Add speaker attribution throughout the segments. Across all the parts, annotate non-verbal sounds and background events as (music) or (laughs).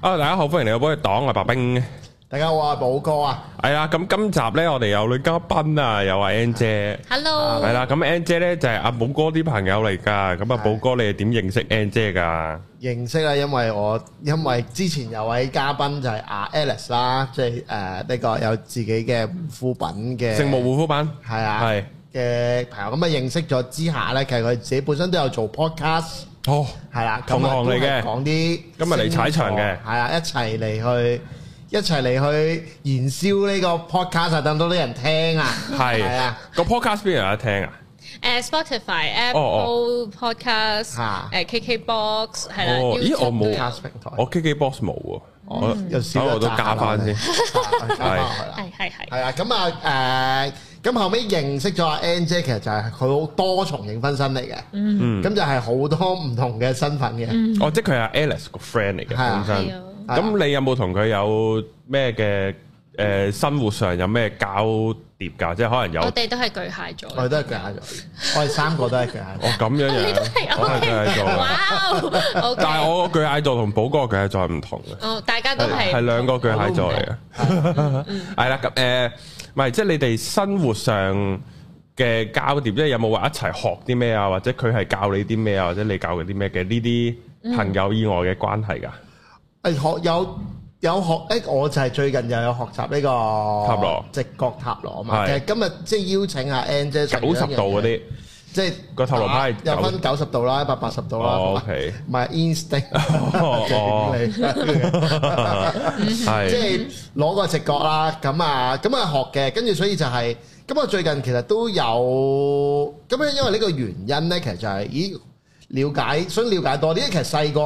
Speaker 1: 啊！大家好，歡迎嚟到寶藥黨啊，白冰。
Speaker 2: 大家好啊，寶哥啊，
Speaker 1: 係啦，咁今集咧，我哋有女嘉賓啊，有阿 N 姐。
Speaker 3: Hello，
Speaker 1: 係啦，咁 N 姐咧就係阿寶哥啲朋友嚟㗎。咁啊，寶哥你係點認識 N 姐㗎？
Speaker 2: 認識啦，因為我因為之前有位嘉賓就係阿 Alice 啦，即係誒呢個有自己嘅護膚品嘅
Speaker 1: 聖母護膚品。
Speaker 2: 係啊，
Speaker 1: 係
Speaker 2: 嘅朋友咁啊認識咗之下咧，其實佢自己本身都有做 podcast
Speaker 1: 哦，
Speaker 2: 係啦，
Speaker 1: 同行嚟嘅
Speaker 2: 咁啊都係講啲
Speaker 1: 今日嚟踩場嘅
Speaker 2: 係啊，一齊嚟去。一齊嚟去燃燒呢個 podcast 啊，等多啲人聽啊！係
Speaker 1: 係
Speaker 2: 啊，
Speaker 1: 個 podcast 邊有得聽啊？
Speaker 3: 誒 Eh, Spotify、
Speaker 1: 哦
Speaker 3: Apple Podcast、
Speaker 2: 嚇
Speaker 3: 誒 KKBox 係啦。
Speaker 1: 哦，咦，
Speaker 3: YouTube
Speaker 1: 我
Speaker 3: 都
Speaker 1: 冇
Speaker 3: 有
Speaker 2: Podcast 平台
Speaker 1: 我 KKBox 冇喎。我
Speaker 2: 又少
Speaker 1: 等
Speaker 2: 咗
Speaker 1: 我都
Speaker 2: 集
Speaker 1: 加翻先。
Speaker 2: 啊加翻落去啦。
Speaker 3: 係係係
Speaker 2: 係啊，咁啊誒，咁後尾認識咗阿 N 姐，其實就係佢好多重認分身嚟嘅，
Speaker 1: 嗯
Speaker 2: 咁就係好多唔同嘅身份嘅，
Speaker 1: 哦，即係佢係 Alice 個 friend 嚟嘅
Speaker 2: 係啊
Speaker 1: 本身
Speaker 3: 係啊。
Speaker 1: 咁你有冇同佢有咩嘅誒生活上有咩交疊㗎？即係可能有
Speaker 3: 我哋都係巨蟹座。
Speaker 2: 我哋都係巨蟹座，我哋三個都係巨蟹
Speaker 1: 哦
Speaker 2: 座，
Speaker 1: 咁樣樣，
Speaker 3: 哦你都係
Speaker 1: 我係巨蟹座嘅。
Speaker 3: 哇
Speaker 1: (laughs)
Speaker 3: ！OK，
Speaker 1: 但係我個巨蟹座同寶哥個巨蟹座係唔同嘅，
Speaker 3: 哦，大家都
Speaker 1: 係
Speaker 3: 係
Speaker 1: 係兩個巨蟹座嚟嘅。係啦，咁誒，唔係即係你哋生活上嘅交疊，即係有冇話一齊學啲咩啊？或者佢係教你啲咩啊？或者你教佢啲咩嘅呢啲朋友以外嘅關係㗎？
Speaker 2: 誒學有有學誒，我就係最近又有學習呢個塔
Speaker 1: 羅
Speaker 2: 直覺塔羅啊嘛，其
Speaker 1: 係
Speaker 2: 實今日即係邀請阿 N 姐上嚟
Speaker 1: 九十度嗰
Speaker 2: 一樣嘢，
Speaker 1: 啲，
Speaker 2: 即係啊
Speaker 1: 個塔羅牌係
Speaker 2: 有分九十度啦，一百八十度啦
Speaker 1: 哦，OK，
Speaker 2: 同埋 instinct
Speaker 1: (laughs)
Speaker 2: (laughs)
Speaker 1: 哦
Speaker 2: 即
Speaker 1: 係
Speaker 2: 係攞個直覺啦，咁啊，咁啊學嘅，跟住所以就係、咁我最近其實都有，咁樣因為呢個原因呢，其實就係、咦，了解想了解多啲，因為其實細個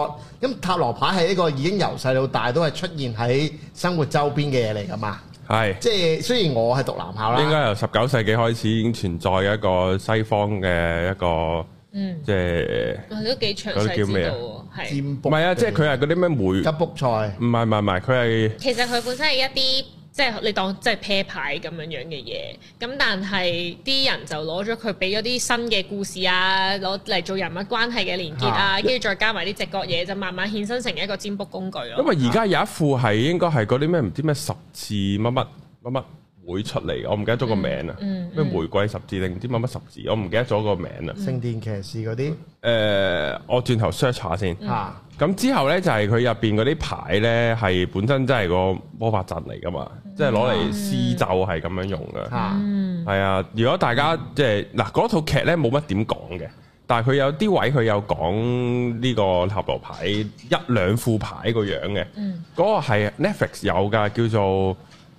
Speaker 2: 咁塔羅牌係一個已經由細到大都係出現喺生活周邊嘅嘢嚟㗎嘛，
Speaker 1: 係。
Speaker 2: 即係雖然我係讀男校
Speaker 1: 嗯應
Speaker 2: 啦，
Speaker 1: 該由十九世紀開始已經存在嘅一個西方嘅一個，即係
Speaker 3: 我哦都幾詳
Speaker 1: 嗰啲
Speaker 3: 細
Speaker 1: 叫咩
Speaker 3: 知
Speaker 1: 啊
Speaker 3: 道喎。係，
Speaker 2: 占卜嗯
Speaker 1: 唔係啊？即係佢係嗰啲咩梅，
Speaker 2: 吉卜賽，
Speaker 1: 唔係唔係唔係，佢係
Speaker 3: 其實佢本身係一啲即係你當即係啤牌咁樣樣嘅嘢，咁但係啲人就攞咗佢俾咗啲新嘅故事啊，攞嚟做人物關係嘅連結啊，跟住再加埋啲直覺嘢，就慢慢衍生成一個占卜工具咯
Speaker 1: 因。為而家有一副係應該係嗰啲咩唔知咩十字乜乜乜乜會出嚟嘅，我唔記得咗個名啊，
Speaker 3: 嗯
Speaker 1: 咩玫瑰十字定唔知乜乜十字，我唔記得咗個名啦。啊
Speaker 2: 聖殿騎士嗰啲
Speaker 3: 嗯
Speaker 1: 誒，我轉頭 search 下先。
Speaker 2: 嚇，
Speaker 1: 咁之後呢，就係佢入邊嗰啲牌呢，係本身真係個魔法陣嚟噶嘛，
Speaker 3: 嗯
Speaker 1: 即係攞嚟施咒係咁樣用嘅。
Speaker 2: 嚇
Speaker 1: 係啊，如果大家即係嗱嗰套劇咧冇乜點講嘅，但係佢有啲位佢有講呢個塔羅牌一兩副牌個樣嘅，嗰、個係 Netflix 有㗎，叫做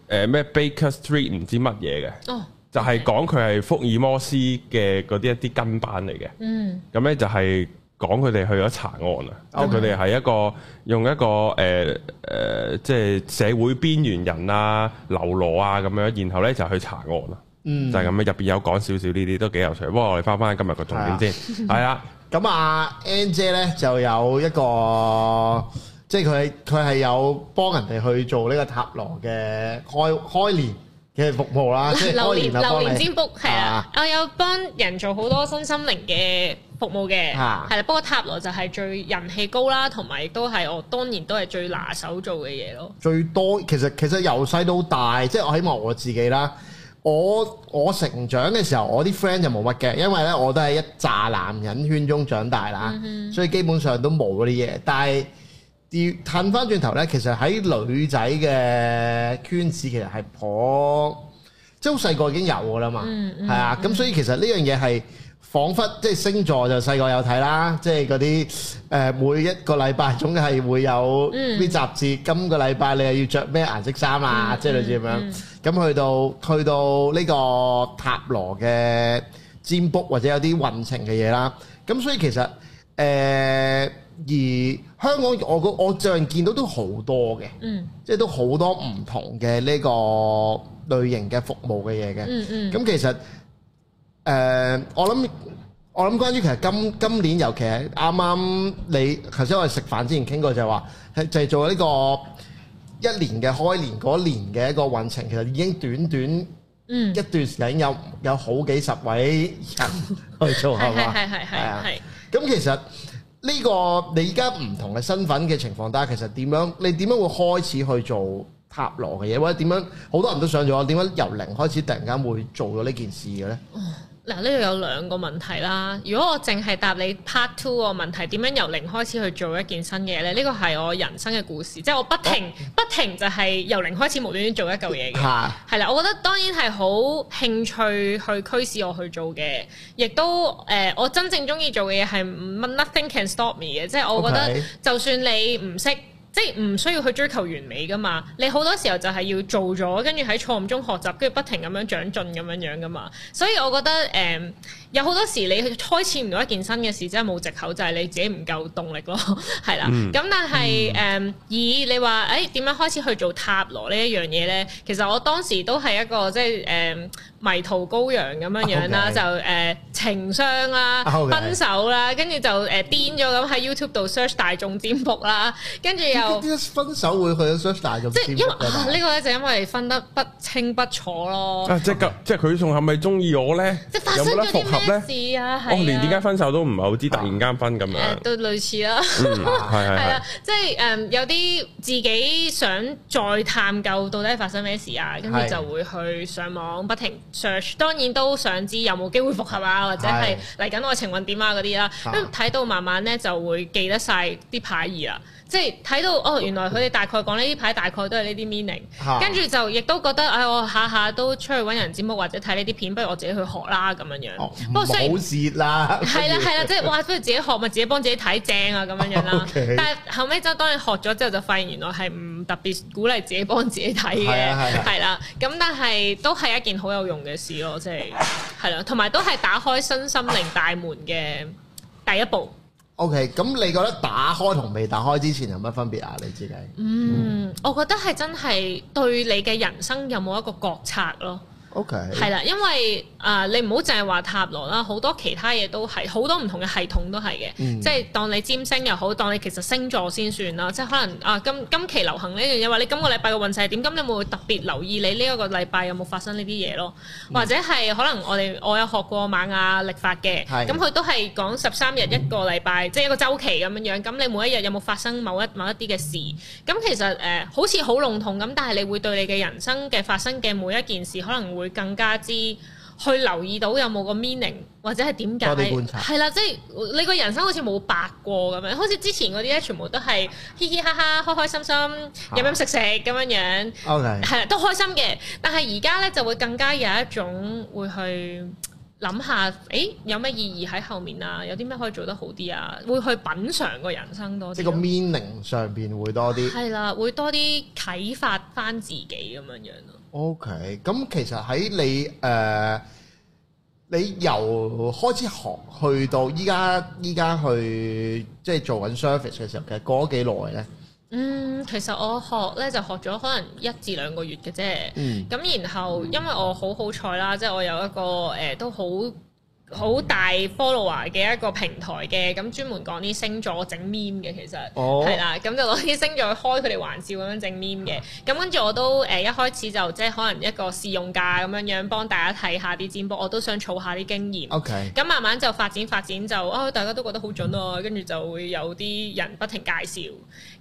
Speaker 1: 誒咩、Baker Street 唔知乜嘢嘅，
Speaker 3: 哦，
Speaker 1: 就係講佢係福爾摩斯嘅嗰啲一啲跟班嚟嘅，
Speaker 3: 嗯
Speaker 1: 咁咧就係講佢哋去咗查案啊，即係佢哋係一個用一個誒誒、呃即係社會邊緣人啊、流羅啊咁樣，然後咧就去查案啦。
Speaker 2: 嗯
Speaker 1: 就係咁樣，入邊有講少少呢啲都幾有趣。不過我哋翻翻今日個重點先，係啦，
Speaker 2: 咁啊，N 姐咧就有一個，即係佢佢係有幫人哋去做呢個塔羅嘅開開年嘅服務啦，即係
Speaker 3: 榴
Speaker 2: 開
Speaker 3: 蓮
Speaker 2: 年啊，
Speaker 3: 榴
Speaker 2: 幫
Speaker 3: 蓮
Speaker 2: 你
Speaker 3: 占卜係啊，我有幫人做好多身心靈嘅服務嘅，係
Speaker 2: 啊
Speaker 3: 啦。不過塔羅就係最人氣高啦，同埋亦都係我當然都係最拿手做嘅嘢咯。
Speaker 2: 最多其實其實由細到大，即係我希望我自己啦。我我成長嘅時候，我啲 friend 就冇乜嘅，因為咧我都係一紮男人圈中長大啦，所以基本上都冇嗰啲嘢。但係調褪翻轉頭咧，其實喺女仔嘅圈子其實係頗即係好細個已經有噶啦嘛，係、啊，咁所以其實呢樣嘢係。彷彿即係星座就細個有睇啦，即係嗰啲誒每一個禮拜總係會有啲雜誌，今個禮拜你又要着咩顏色衫啊，即係類似咁樣。咁去到去到呢個塔羅嘅占卜或者有啲運程嘅嘢啦，咁所以其實誒、呃而香港我個我最近見到都好多嘅，
Speaker 3: 嗯
Speaker 2: 即係都好多唔同嘅呢個類型嘅服務嘅嘢嘅。
Speaker 3: 嗯嗯，
Speaker 2: 咁其實誒、呃我諗我諗關於其實今今年尤其係啱啱你頭先我哋食飯之前傾過就係話，係就係做呢個一年嘅開年嗰年嘅一個運程，其實已經短短
Speaker 3: 嗯
Speaker 2: 一段時間已經有有好幾十位人去做
Speaker 3: 係
Speaker 2: 係
Speaker 3: 係
Speaker 2: 嘛？
Speaker 3: 係係
Speaker 2: 係啊
Speaker 3: 係係。
Speaker 2: 咁其實呢呢個你而家唔同嘅身份嘅情況底下，其實點樣你點樣會開始去做塔羅嘅嘢，或者點樣好多人都想做，點解由零開始突然間會做咗呢件事嘅咧？
Speaker 3: 嗱，呢度有兩個問題啦。如果我淨係答你 part two 個問題，點樣由零開始去做一件新嘢咧？呢個係我人生嘅故事，即係我不
Speaker 2: 哦
Speaker 3: 停、不停就係由零開始無端端做一嚿嘢嘅。
Speaker 2: 嚇
Speaker 3: 係啦，我覺得當然係好興趣去驅使我去做嘅，亦都誒、呃我真正中意做嘅嘢係唔 nothing can stop me 嘅，即係我覺得
Speaker 2: OK
Speaker 3: 就算你唔識。即係唔需要去追求完美噶嘛，你好多時候就係要做咗，跟住喺錯誤中學習，跟住不停咁樣長進咁樣樣噶嘛。所以我覺得誒、嗯有好多時你開始唔到一件新嘅事，真係冇藉口，就係、你自己唔夠動力咯， (laughs) 係啦。咁、但係誒、嗯以你話誒點樣開始去做塔羅呢一樣嘢咧，其實我當時都係一個即係誒、嗯迷途羔羊咁樣樣
Speaker 2: OK
Speaker 3: 啦
Speaker 2: 啊
Speaker 3: 就誒、情啊傷啦、
Speaker 2: OK
Speaker 3: 分手啦，跟住就誒癲咗咁喺 YouTube 度 search 大眾占卜啦，跟
Speaker 1: (laughs)
Speaker 3: 住又。
Speaker 2: 點解分手會去咗 search 大眾
Speaker 3: 即係
Speaker 2: 占
Speaker 3: 因
Speaker 2: 卜
Speaker 3: 為
Speaker 2: 嘅
Speaker 3: 啊呢個咧就因為分得不清不楚咯，
Speaker 1: 啊，即係咁即係佢仲係咪中意我咧？
Speaker 3: 即係發
Speaker 1: 有
Speaker 3: 生
Speaker 1: 冇得
Speaker 3: 咗
Speaker 1: 復合
Speaker 3: 啲
Speaker 1: 咧？
Speaker 3: 咩事啊？係
Speaker 1: 我
Speaker 3: 啊，
Speaker 1: 連點解分啊手都唔係好知，突然間分咁
Speaker 3: 誒
Speaker 1: 樣，
Speaker 3: 都類似啦。
Speaker 1: 嗯，係係
Speaker 3: 係
Speaker 1: 係
Speaker 3: 啦。，即係誒、嗯有啲自己想再探究到底發生咩事啊，跟住
Speaker 2: 係
Speaker 3: 就會去上網不停 search，當然都想知有冇機會復合啊，或者係嚟緊我情運點啊嗰啲啦。
Speaker 2: 啊
Speaker 3: 咁睇到慢慢咧就會記得晒啲牌意啦，即係睇到哦原來佢哋大概講呢啲牌大概都係呢啲 meaning。
Speaker 2: 嚇
Speaker 3: 跟住就亦都覺得，唉、我下下都出去揾人節目或者睇呢啲片，不如我自己去學啦咁樣樣。
Speaker 2: 哦
Speaker 3: 不
Speaker 2: 唔好
Speaker 3: 過雖然
Speaker 2: 蝕啦，
Speaker 3: 係啦係啦，即係 (laughs) 哇！不如自己學咪自己幫自己睇正啊咁樣樣 (laughs) 啦
Speaker 2: OK。
Speaker 3: 但係後尾就當然學咗之後就發現原來係唔特別鼓勵自己幫自己睇
Speaker 2: 係啊係
Speaker 3: 嘅
Speaker 2: 啊，
Speaker 3: 係啦。咁但係都係一件好有用嘅事咯，即係係啦，同埋都係打開身心靈大門嘅第一步。
Speaker 2: OK，咁你覺得打開同未打開之前有乜分別啊？你自己
Speaker 3: 嗯，我覺得係真係對你嘅人生有冇一個覺察咯。
Speaker 2: OK
Speaker 3: 係啦，因為啊、你唔好淨係話塔羅啦，好多其他嘢都係，好多唔同嘅系統都係嘅，
Speaker 2: 嗯
Speaker 3: 即係當你占星又好，當你其實星座先算啦，即係可能啊，今今期流行呢樣嘢話，你今個禮拜嘅運勢係點，咁你會唔會特別留意你呢一個禮拜有冇發生呢啲嘢咯？
Speaker 2: 嗯
Speaker 3: 或者係可能我哋我有學過瑪雅歷法嘅，
Speaker 2: 係
Speaker 3: 咁佢都係講十三日一個禮拜，即係一個周期咁樣樣，咁你每一日有冇發生某一某一啲嘅事？咁其實誒、呃好似好籠統咁，但係你會對你嘅人生嘅發生嘅每一件事，可能會更加之去留意到有冇個 meaning，或者係點解
Speaker 2: 多啲觀察
Speaker 3: 係啦，即係你個人生好似冇白過咁樣，好似之前嗰啲咧，全部都係嘻嘻哈哈、開開心心、飲飲食食咁樣樣，
Speaker 2: OK，
Speaker 3: 係啦，都開心嘅。但係而家咧就會更加有一種會去諗下，誒有咩意義喺後面啊？有啲咩可以做得好啲啊？會去品嘗個人生多啲啊
Speaker 2: 即係
Speaker 3: 咯。
Speaker 2: 個 meaning 上邊會多啲。
Speaker 3: 係啦，會多啲啟發翻自己咁樣樣咯。
Speaker 2: OK，咁其實喺你誒、呃你由開始學去到依家依家去即係做緊 service 嘅時候，其實過咗幾耐咧？
Speaker 3: 嗯，其實我學咧就學咗可能一至兩個月嘅啫。
Speaker 2: 嗯，
Speaker 3: 咁然後因為我好好彩啦，即係我有一個誒、呃都好。好大 follower 嘅一個平台嘅，咁專門講啲星座整 meme 嘅，其實
Speaker 2: 哦
Speaker 3: 係啊啦，咁就攞啲星座去開佢哋玩笑咁樣整 meme 嘅，咁跟住我都誒、呃一開始就即係可能一個試用價咁樣樣幫大家睇下啲占卜，我都想儲下啲經驗。
Speaker 2: OK，
Speaker 3: 咁慢慢就發展發展就哦，大家都覺得好準啊，跟住就會有啲人不停介紹，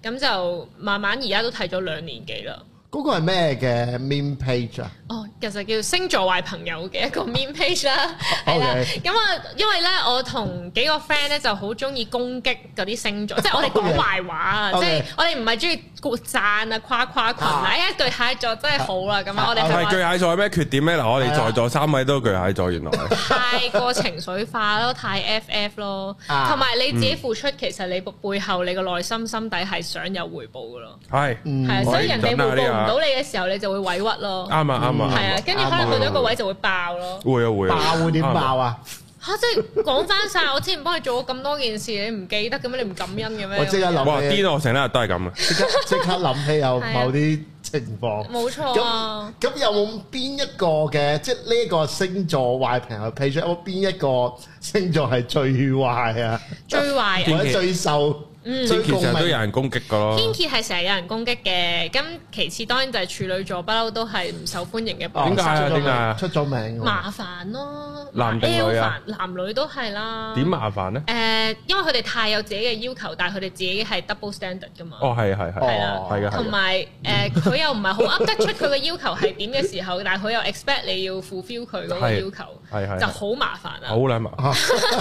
Speaker 3: 咁就慢慢而家都睇咗兩年幾啦。
Speaker 2: 嗰個係咩嘅 meme page 啊？
Speaker 3: 哦，其實叫星座壞朋友嘅一 (laughs) 個 meme page 啦，係啦
Speaker 2: OK。
Speaker 3: 咁啊，因為咧，我同幾個 friend 咧就好中意攻擊嗰啲星 (laughs) 座，即係我哋講
Speaker 2: OK
Speaker 3: 壞話啊，即
Speaker 2: OK
Speaker 3: 係我哋唔係中意讚啊、誇誇群啊，
Speaker 2: 啊
Speaker 3: 哎呀對蟹座真係好啦，咁啊，
Speaker 2: 啊
Speaker 3: 我哋係
Speaker 1: 係
Speaker 3: 話
Speaker 1: 巨蟹座有咩缺點咧？嗱，我哋
Speaker 2: 係啊
Speaker 1: 在座三位都巨蟹座，原來
Speaker 3: 太過情緒化咯，太 FF 咯，
Speaker 2: 啊
Speaker 3: 同埋你自己付出，其實你背後你個內心心底係想有回報噶咯，
Speaker 1: 係
Speaker 2: 嗯
Speaker 3: 係啊，所以人哋回報
Speaker 1: 我認準啊
Speaker 3: 唔
Speaker 1: 呢
Speaker 3: 到
Speaker 1: 個
Speaker 3: 你嘅時候，你就會委屈咯，
Speaker 1: 啱啊啱啊，
Speaker 3: 係啊，跟住可能去到一個位就會爆咯。
Speaker 1: 會啊會啊，
Speaker 2: 爆會點
Speaker 1: 啱啊
Speaker 2: 爆啊？
Speaker 3: 嚇！即係講翻晒，我之前幫你做咗咁多件事，你唔記得嘅咩？你唔感恩嘅咩？
Speaker 2: 我即刻
Speaker 1: 哇！
Speaker 2: 諗起，
Speaker 1: 癲啊我成日都係咁
Speaker 2: 即刻即刻諗起有
Speaker 3: 係啊
Speaker 2: 某
Speaker 3: (laughs)
Speaker 2: 啲情況。
Speaker 3: 冇錯
Speaker 2: 咁
Speaker 3: 啊！
Speaker 2: 咁有冇邊一個嘅，即係呢一個星座壞朋友 page 有冇邊一個星座係最壞啊，
Speaker 3: 最壞
Speaker 2: 或
Speaker 3: 啊
Speaker 1: 天
Speaker 2: 者
Speaker 1: 蠍
Speaker 2: 最受
Speaker 3: 嗯
Speaker 2: 最
Speaker 1: 天蝎成日都有人攻擊噶咯，
Speaker 3: 天蝎係成日有人攻擊嘅，咁其次當然就係處女座不嬲都係唔受歡迎嘅
Speaker 1: 點
Speaker 3: 寶
Speaker 1: 解啊
Speaker 2: 哦出咗名
Speaker 1: 點解啊
Speaker 2: 出咗名喎？
Speaker 3: 麻煩咯，
Speaker 1: 男定女啊
Speaker 3: L 煩男女都係啦。
Speaker 1: 點麻煩咧？
Speaker 3: 誒、呃因為佢哋太有自己嘅要求，但係佢哋自己係 double standard 噶嘛。
Speaker 1: 哦，係係係，
Speaker 3: 係啦
Speaker 2: 哦
Speaker 1: 係嘅啊係
Speaker 3: 同
Speaker 1: 嘅，
Speaker 3: 埋誒，佢、又唔係好噏得出佢嘅要求係點嘅時候，但係佢又 expect 你要 fulfill 佢嗰個
Speaker 1: 係
Speaker 3: 要求，
Speaker 1: 係係
Speaker 3: 就
Speaker 1: 係
Speaker 3: 好麻煩
Speaker 1: 好
Speaker 3: 啊，
Speaker 1: 兩麻煩。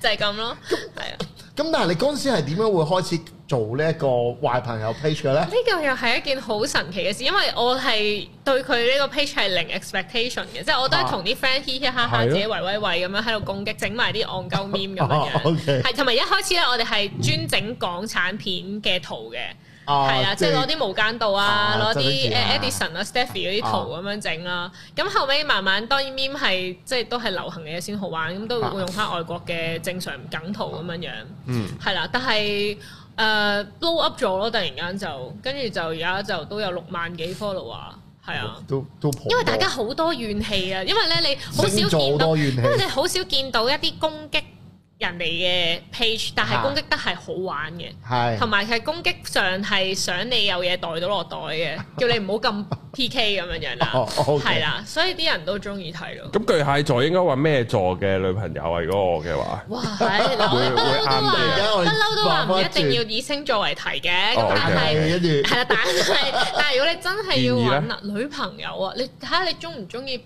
Speaker 3: 就係咁咯，係啊。
Speaker 2: 咁但係你嗰陣時係點樣會開始做呢一個壞朋友 page 嘅咧？
Speaker 3: 呢個又係一件好神奇嘅事，因為我係對佢呢個 page 係零 expectation 嘅，即係我都係同啲 friend 嘻嘻哈
Speaker 1: 啊係
Speaker 3: 哈，
Speaker 1: 咯
Speaker 3: 自己圍圍圍咁樣喺度攻擊，整埋啲戇鳩 meme 咁
Speaker 2: 哦
Speaker 1: (laughs)
Speaker 3: 樣樣。
Speaker 2: ，OK，
Speaker 3: 係同啊埋一開始咧，我哋係專整港產片嘅圖嘅，係
Speaker 2: 啊
Speaker 3: 啊，即係攞啲無間道啊，
Speaker 2: 啊
Speaker 3: 攞
Speaker 2: 周星馳
Speaker 3: 啲誒
Speaker 2: 啊
Speaker 3: Edison 啊、Stephy 嗰啲
Speaker 2: 哦
Speaker 3: 圖咁樣整啦。咁後尾慢慢當然 meme 係即係都係流行嘅嘢先好玩，咁
Speaker 2: 啊
Speaker 3: 都會用翻外國嘅正常梗圖咁樣樣。
Speaker 1: 嗯，
Speaker 3: 係啦，但係誒、blow up 咗咯，突然間就跟住就而家就都有六萬幾 follow 啊，係啊，
Speaker 2: 都都
Speaker 3: 因為大家好多怨氣啊，因為咧你好
Speaker 2: 好
Speaker 3: 少
Speaker 2: 少好
Speaker 3: 見到，
Speaker 2: 多怨氣
Speaker 3: 因，為你好少見到一啲攻擊人哋嘅 page，但
Speaker 2: 啊
Speaker 3: 係攻擊得係好玩嘅。
Speaker 2: 係
Speaker 3: 同埋係攻擊上係想你有嘢袋到落袋嘅，叫你唔好咁 P K 咁樣樣啦，
Speaker 2: 哦，OK
Speaker 3: 係啦，所以啲人都中意睇咯。
Speaker 1: 咁巨蟹座應該話咩座嘅女朋友啊？如果我嘅話，
Speaker 3: 哇， (laughs) 係嗱，我
Speaker 1: 會
Speaker 3: 哋不嬲都話，
Speaker 1: 會啱
Speaker 2: 嘅
Speaker 3: 不嬲都話唔一定要
Speaker 2: 而
Speaker 3: 以星座為題嘅，
Speaker 1: 哦
Speaker 3: 咁但係。
Speaker 2: 係跟住
Speaker 3: 係啦，但係但係如果你真係要
Speaker 1: 建議
Speaker 3: 揾女朋友啊，你睇下你中唔中意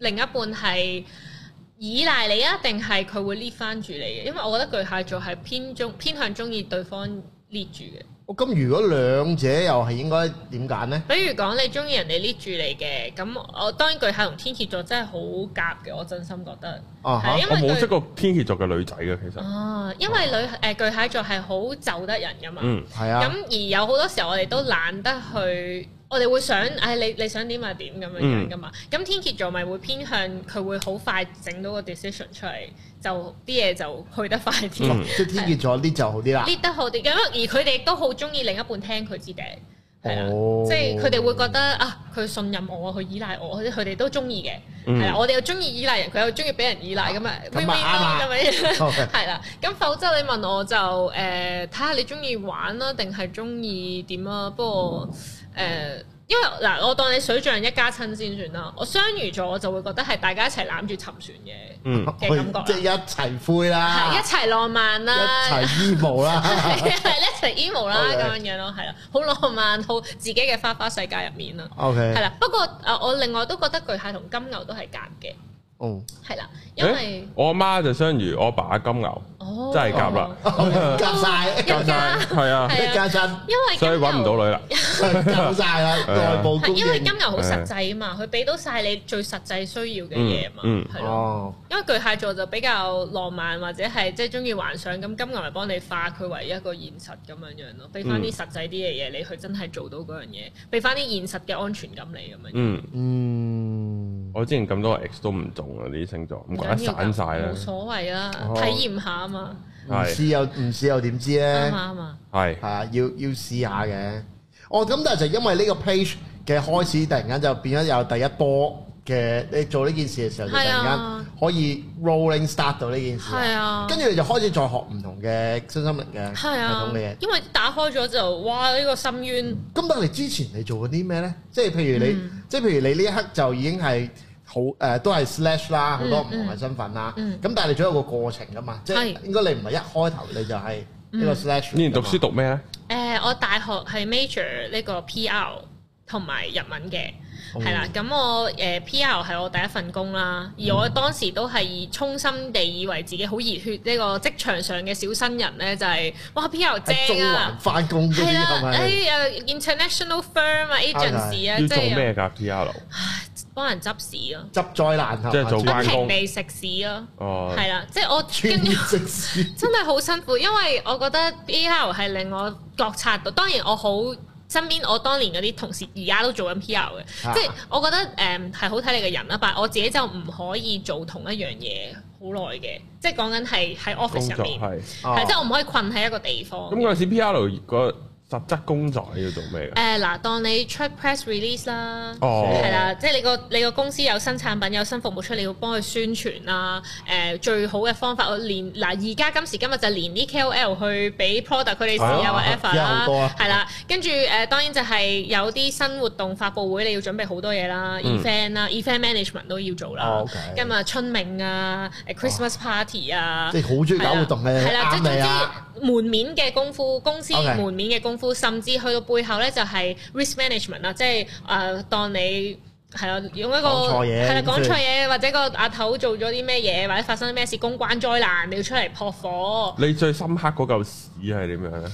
Speaker 3: 另一半係依賴你啊，定係佢會 lead 翻住你嘅？因為我覺得巨蟹座係偏中偏向中意對方 lead 住嘅。
Speaker 2: 我哦咁如果兩者又係應該點揀咧？
Speaker 3: 比如講你中意人哋 lead 住你嘅，咁我當然巨蟹同天蝎座真係好夾嘅，我真心覺得
Speaker 2: 啊哈
Speaker 3: 係因
Speaker 1: 我
Speaker 3: 為
Speaker 1: 冇識
Speaker 3: 巨
Speaker 1: 過天蠍座嘅女仔嘅，其實，
Speaker 3: 啊，因為女誒巨蟹座係好就得人噶嘛。
Speaker 1: 嗯，
Speaker 2: 係
Speaker 3: 咁
Speaker 2: 啊，
Speaker 3: 而有好多時候我哋都懶得去，我哋會想，唉、你你想點咪點咁樣樣噶嘛。
Speaker 1: 嗯
Speaker 3: 咁、天蝎座咪會偏向佢會好快整到個 decision 出嚟，就啲嘢就去得快啲
Speaker 1: 嗯
Speaker 2: 即係天蝎座呢就好啲啦。
Speaker 3: ，lead 得好啲。咁而佢哋都好中意另一半聽佢支笛，係啊，
Speaker 2: 哦
Speaker 3: 即係佢哋會覺得啊，佢信任我，佢依賴我，佢哋都中意嘅。
Speaker 1: 嗯
Speaker 3: 係啦，啊我哋又中意依賴人，佢又中意俾人依賴咁啊
Speaker 2: 咁
Speaker 3: ，win-win
Speaker 2: 咪啱啦
Speaker 3: 咯咁樣。 (laughs)
Speaker 2: OK
Speaker 3: 係啦，咁否則你問我就誒睇下你中意玩啦，定係中意點啊？不過誒、因為嗱，我當你水象一家親先算啦。我雙魚座我就會覺得係大家一齊攬住沉船嘅，
Speaker 1: 嗯，
Speaker 3: 嘅感
Speaker 2: (laughs)
Speaker 3: 覺
Speaker 2: 即係一齊灰
Speaker 3: 係、一
Speaker 2: 啦，
Speaker 3: 齊浪漫
Speaker 2: 啊一
Speaker 3: 啦。
Speaker 2: 齊衣帽 (laughs) 啦，
Speaker 3: (laughs) 係一齊
Speaker 2: (laughs)
Speaker 3: emo 啦
Speaker 2: OK
Speaker 3: 咁樣樣咯，係啦，好浪漫，好自己嘅花花世界入面啦，
Speaker 2: OK，
Speaker 3: 係啦。不過誒，我另外都覺得巨蟹同金牛都係夾嘅，
Speaker 2: 嗯，
Speaker 3: 係啦，因為
Speaker 1: 誒我阿媽就雙魚，我阿爸金牛，
Speaker 3: 哦
Speaker 1: 真係夾啦，
Speaker 2: (laughs) 夾晒，
Speaker 3: 一家
Speaker 2: 夾晒，啊
Speaker 1: 係啊，
Speaker 3: 係
Speaker 2: 一家親，
Speaker 3: 因
Speaker 1: (laughs)
Speaker 3: 為
Speaker 1: 所以
Speaker 3: 金牛
Speaker 1: 揾唔到女啦。
Speaker 2: (laughs) 夠晒啦，內部
Speaker 3: 係
Speaker 2: 供
Speaker 3: 因為
Speaker 2: 應
Speaker 3: 金。牛好實際啊嘛，佢俾到晒你最實際需要嘅嘢啊嘛
Speaker 1: 嗯，
Speaker 3: 係咯。
Speaker 2: 哦，
Speaker 3: 因為巨蟹座就比較浪漫或者係即係中意幻想，咁金牛咪幫你化佢為一個現實咁樣樣咯，俾翻
Speaker 1: 嗯
Speaker 3: 啲實際啲嘅嘢你去真係做到嗰樣嘢，俾翻啲現實嘅安全感你咁樣。
Speaker 1: 嗯，
Speaker 2: 嗯，
Speaker 1: 我之前咁多個 X 都唔中啊，呢啲星座，唔
Speaker 3: 唔
Speaker 1: 怪得
Speaker 3: 緊要
Speaker 1: 散
Speaker 3: 㗎
Speaker 1: 晒啦
Speaker 3: 冇，所謂啦，
Speaker 2: 哦
Speaker 3: 體驗下啊嘛，
Speaker 2: 唔試又唔試又點知咧
Speaker 3: 啱？啊啱啊，
Speaker 1: 係
Speaker 2: 係啊，要要試下嘅。哦，咁但係就因為呢個 page 嘅開始，突然間就變咗有第一波嘅你做呢件事嘅時候，就突
Speaker 3: 係
Speaker 2: 然
Speaker 3: 啊
Speaker 2: 間可以 rolling start 到呢件事。
Speaker 3: 係啊
Speaker 2: 跟住你就開始再學唔同嘅身心靈嘅系
Speaker 3: 係
Speaker 2: 統
Speaker 3: 啊
Speaker 2: 嘅嘢。，
Speaker 3: 因為打開咗就哇呢個深淵。
Speaker 2: 咁但係之前你做過啲咩咧？即係譬如你，
Speaker 3: 嗯
Speaker 2: 即係譬如你呢一刻就已經係好誒、呃都係 slash 啦，好多唔同嘅身份啦。咁、
Speaker 3: 嗯
Speaker 2: 但係你仲有一個過程噶嘛？即係
Speaker 3: 係嗯
Speaker 2: 應該你唔係一開頭你就係呢個 slash 㗎嘛。
Speaker 1: 呢年讀書讀咩咧？
Speaker 3: 誒、我大學係 major 呢個 PR 同埋日文嘅，
Speaker 2: 哦
Speaker 3: 係啦、咁我誒、PR 係我第一份工啦，
Speaker 2: 嗯
Speaker 3: 而我當時都係以衷心地以為自己好熱血呢個職場上嘅小新人咧，就係、哇 PR
Speaker 2: 喺中
Speaker 3: 正
Speaker 2: 環
Speaker 3: 啊！
Speaker 2: 翻工嗰
Speaker 3: 係啊哎
Speaker 2: 啲
Speaker 3: 啦
Speaker 2: 係，咪？
Speaker 3: 誒誒 international firm 啊 agency 啊，
Speaker 1: 要
Speaker 3: 即
Speaker 1: 做
Speaker 3: 係
Speaker 1: 咩㗎 PR？
Speaker 3: 幫人執屎咯，
Speaker 2: 執災難頭，啊
Speaker 1: 即係做關關公
Speaker 3: 不停地食屎咯，
Speaker 1: 哦，
Speaker 3: 係啦，即係我
Speaker 2: 專
Speaker 3: 跟住
Speaker 2: 業食肆，
Speaker 3: 真係好辛苦，因為我覺得 PR 係令我覺察到，當然我好身邊我當年嗰啲同事而家都做緊 PR 嘅，
Speaker 2: 啊
Speaker 3: (laughs) 即係我覺得誒係好睇你嘅人啦，但係我自己就唔可以做同一樣嘢好耐嘅，即係講緊係喺
Speaker 1: 工
Speaker 3: office
Speaker 1: 作
Speaker 2: 啊
Speaker 3: 入面，
Speaker 2: 哦
Speaker 1: 係。
Speaker 3: 係即係我唔可以困喺一個地方
Speaker 1: 咁。嗰陣時 PR 個實質公仔要做咩嘅？
Speaker 3: 誒嗱，當你出 press release 啦，
Speaker 1: 哦
Speaker 3: 係啦，即係你個你個公司有新產品有新服務出，你要幫佢宣傳啦。誒、最好嘅方法，我連嗱而家今時今日就連啲 KOL 去俾 product 佢哋試
Speaker 1: 係
Speaker 3: 啊
Speaker 1: 啊
Speaker 3: 或
Speaker 2: 而
Speaker 3: effort
Speaker 2: 家好多
Speaker 3: 啦
Speaker 2: 啊，
Speaker 3: 係啦。跟住誒當然就係有啲新活動發佈會，你要準備好多嘢啦
Speaker 1: 嗯
Speaker 3: ，event 啦，event management 都要做啦
Speaker 2: 哦，OK。
Speaker 3: 咁啊，春茗啊，誒 Christmas party 啊。
Speaker 2: 即係好中意搞活動嘅，
Speaker 3: 係啦，即係
Speaker 2: 啱你啊！
Speaker 3: 總之門面嘅功夫，公司
Speaker 2: OK
Speaker 3: 門面嘅功夫，甚至去到背後咧就係 risk management 啦，即係誒當你。係啦，用一個
Speaker 2: 講錯嘢
Speaker 3: 係啦，講
Speaker 2: 咁
Speaker 3: 錯嘢或者個阿頭做咗啲咩嘢，或者發生啲咩事，公關災難，你要出嚟撲火，
Speaker 1: 你最深刻嗰嚿屎係點樣咧？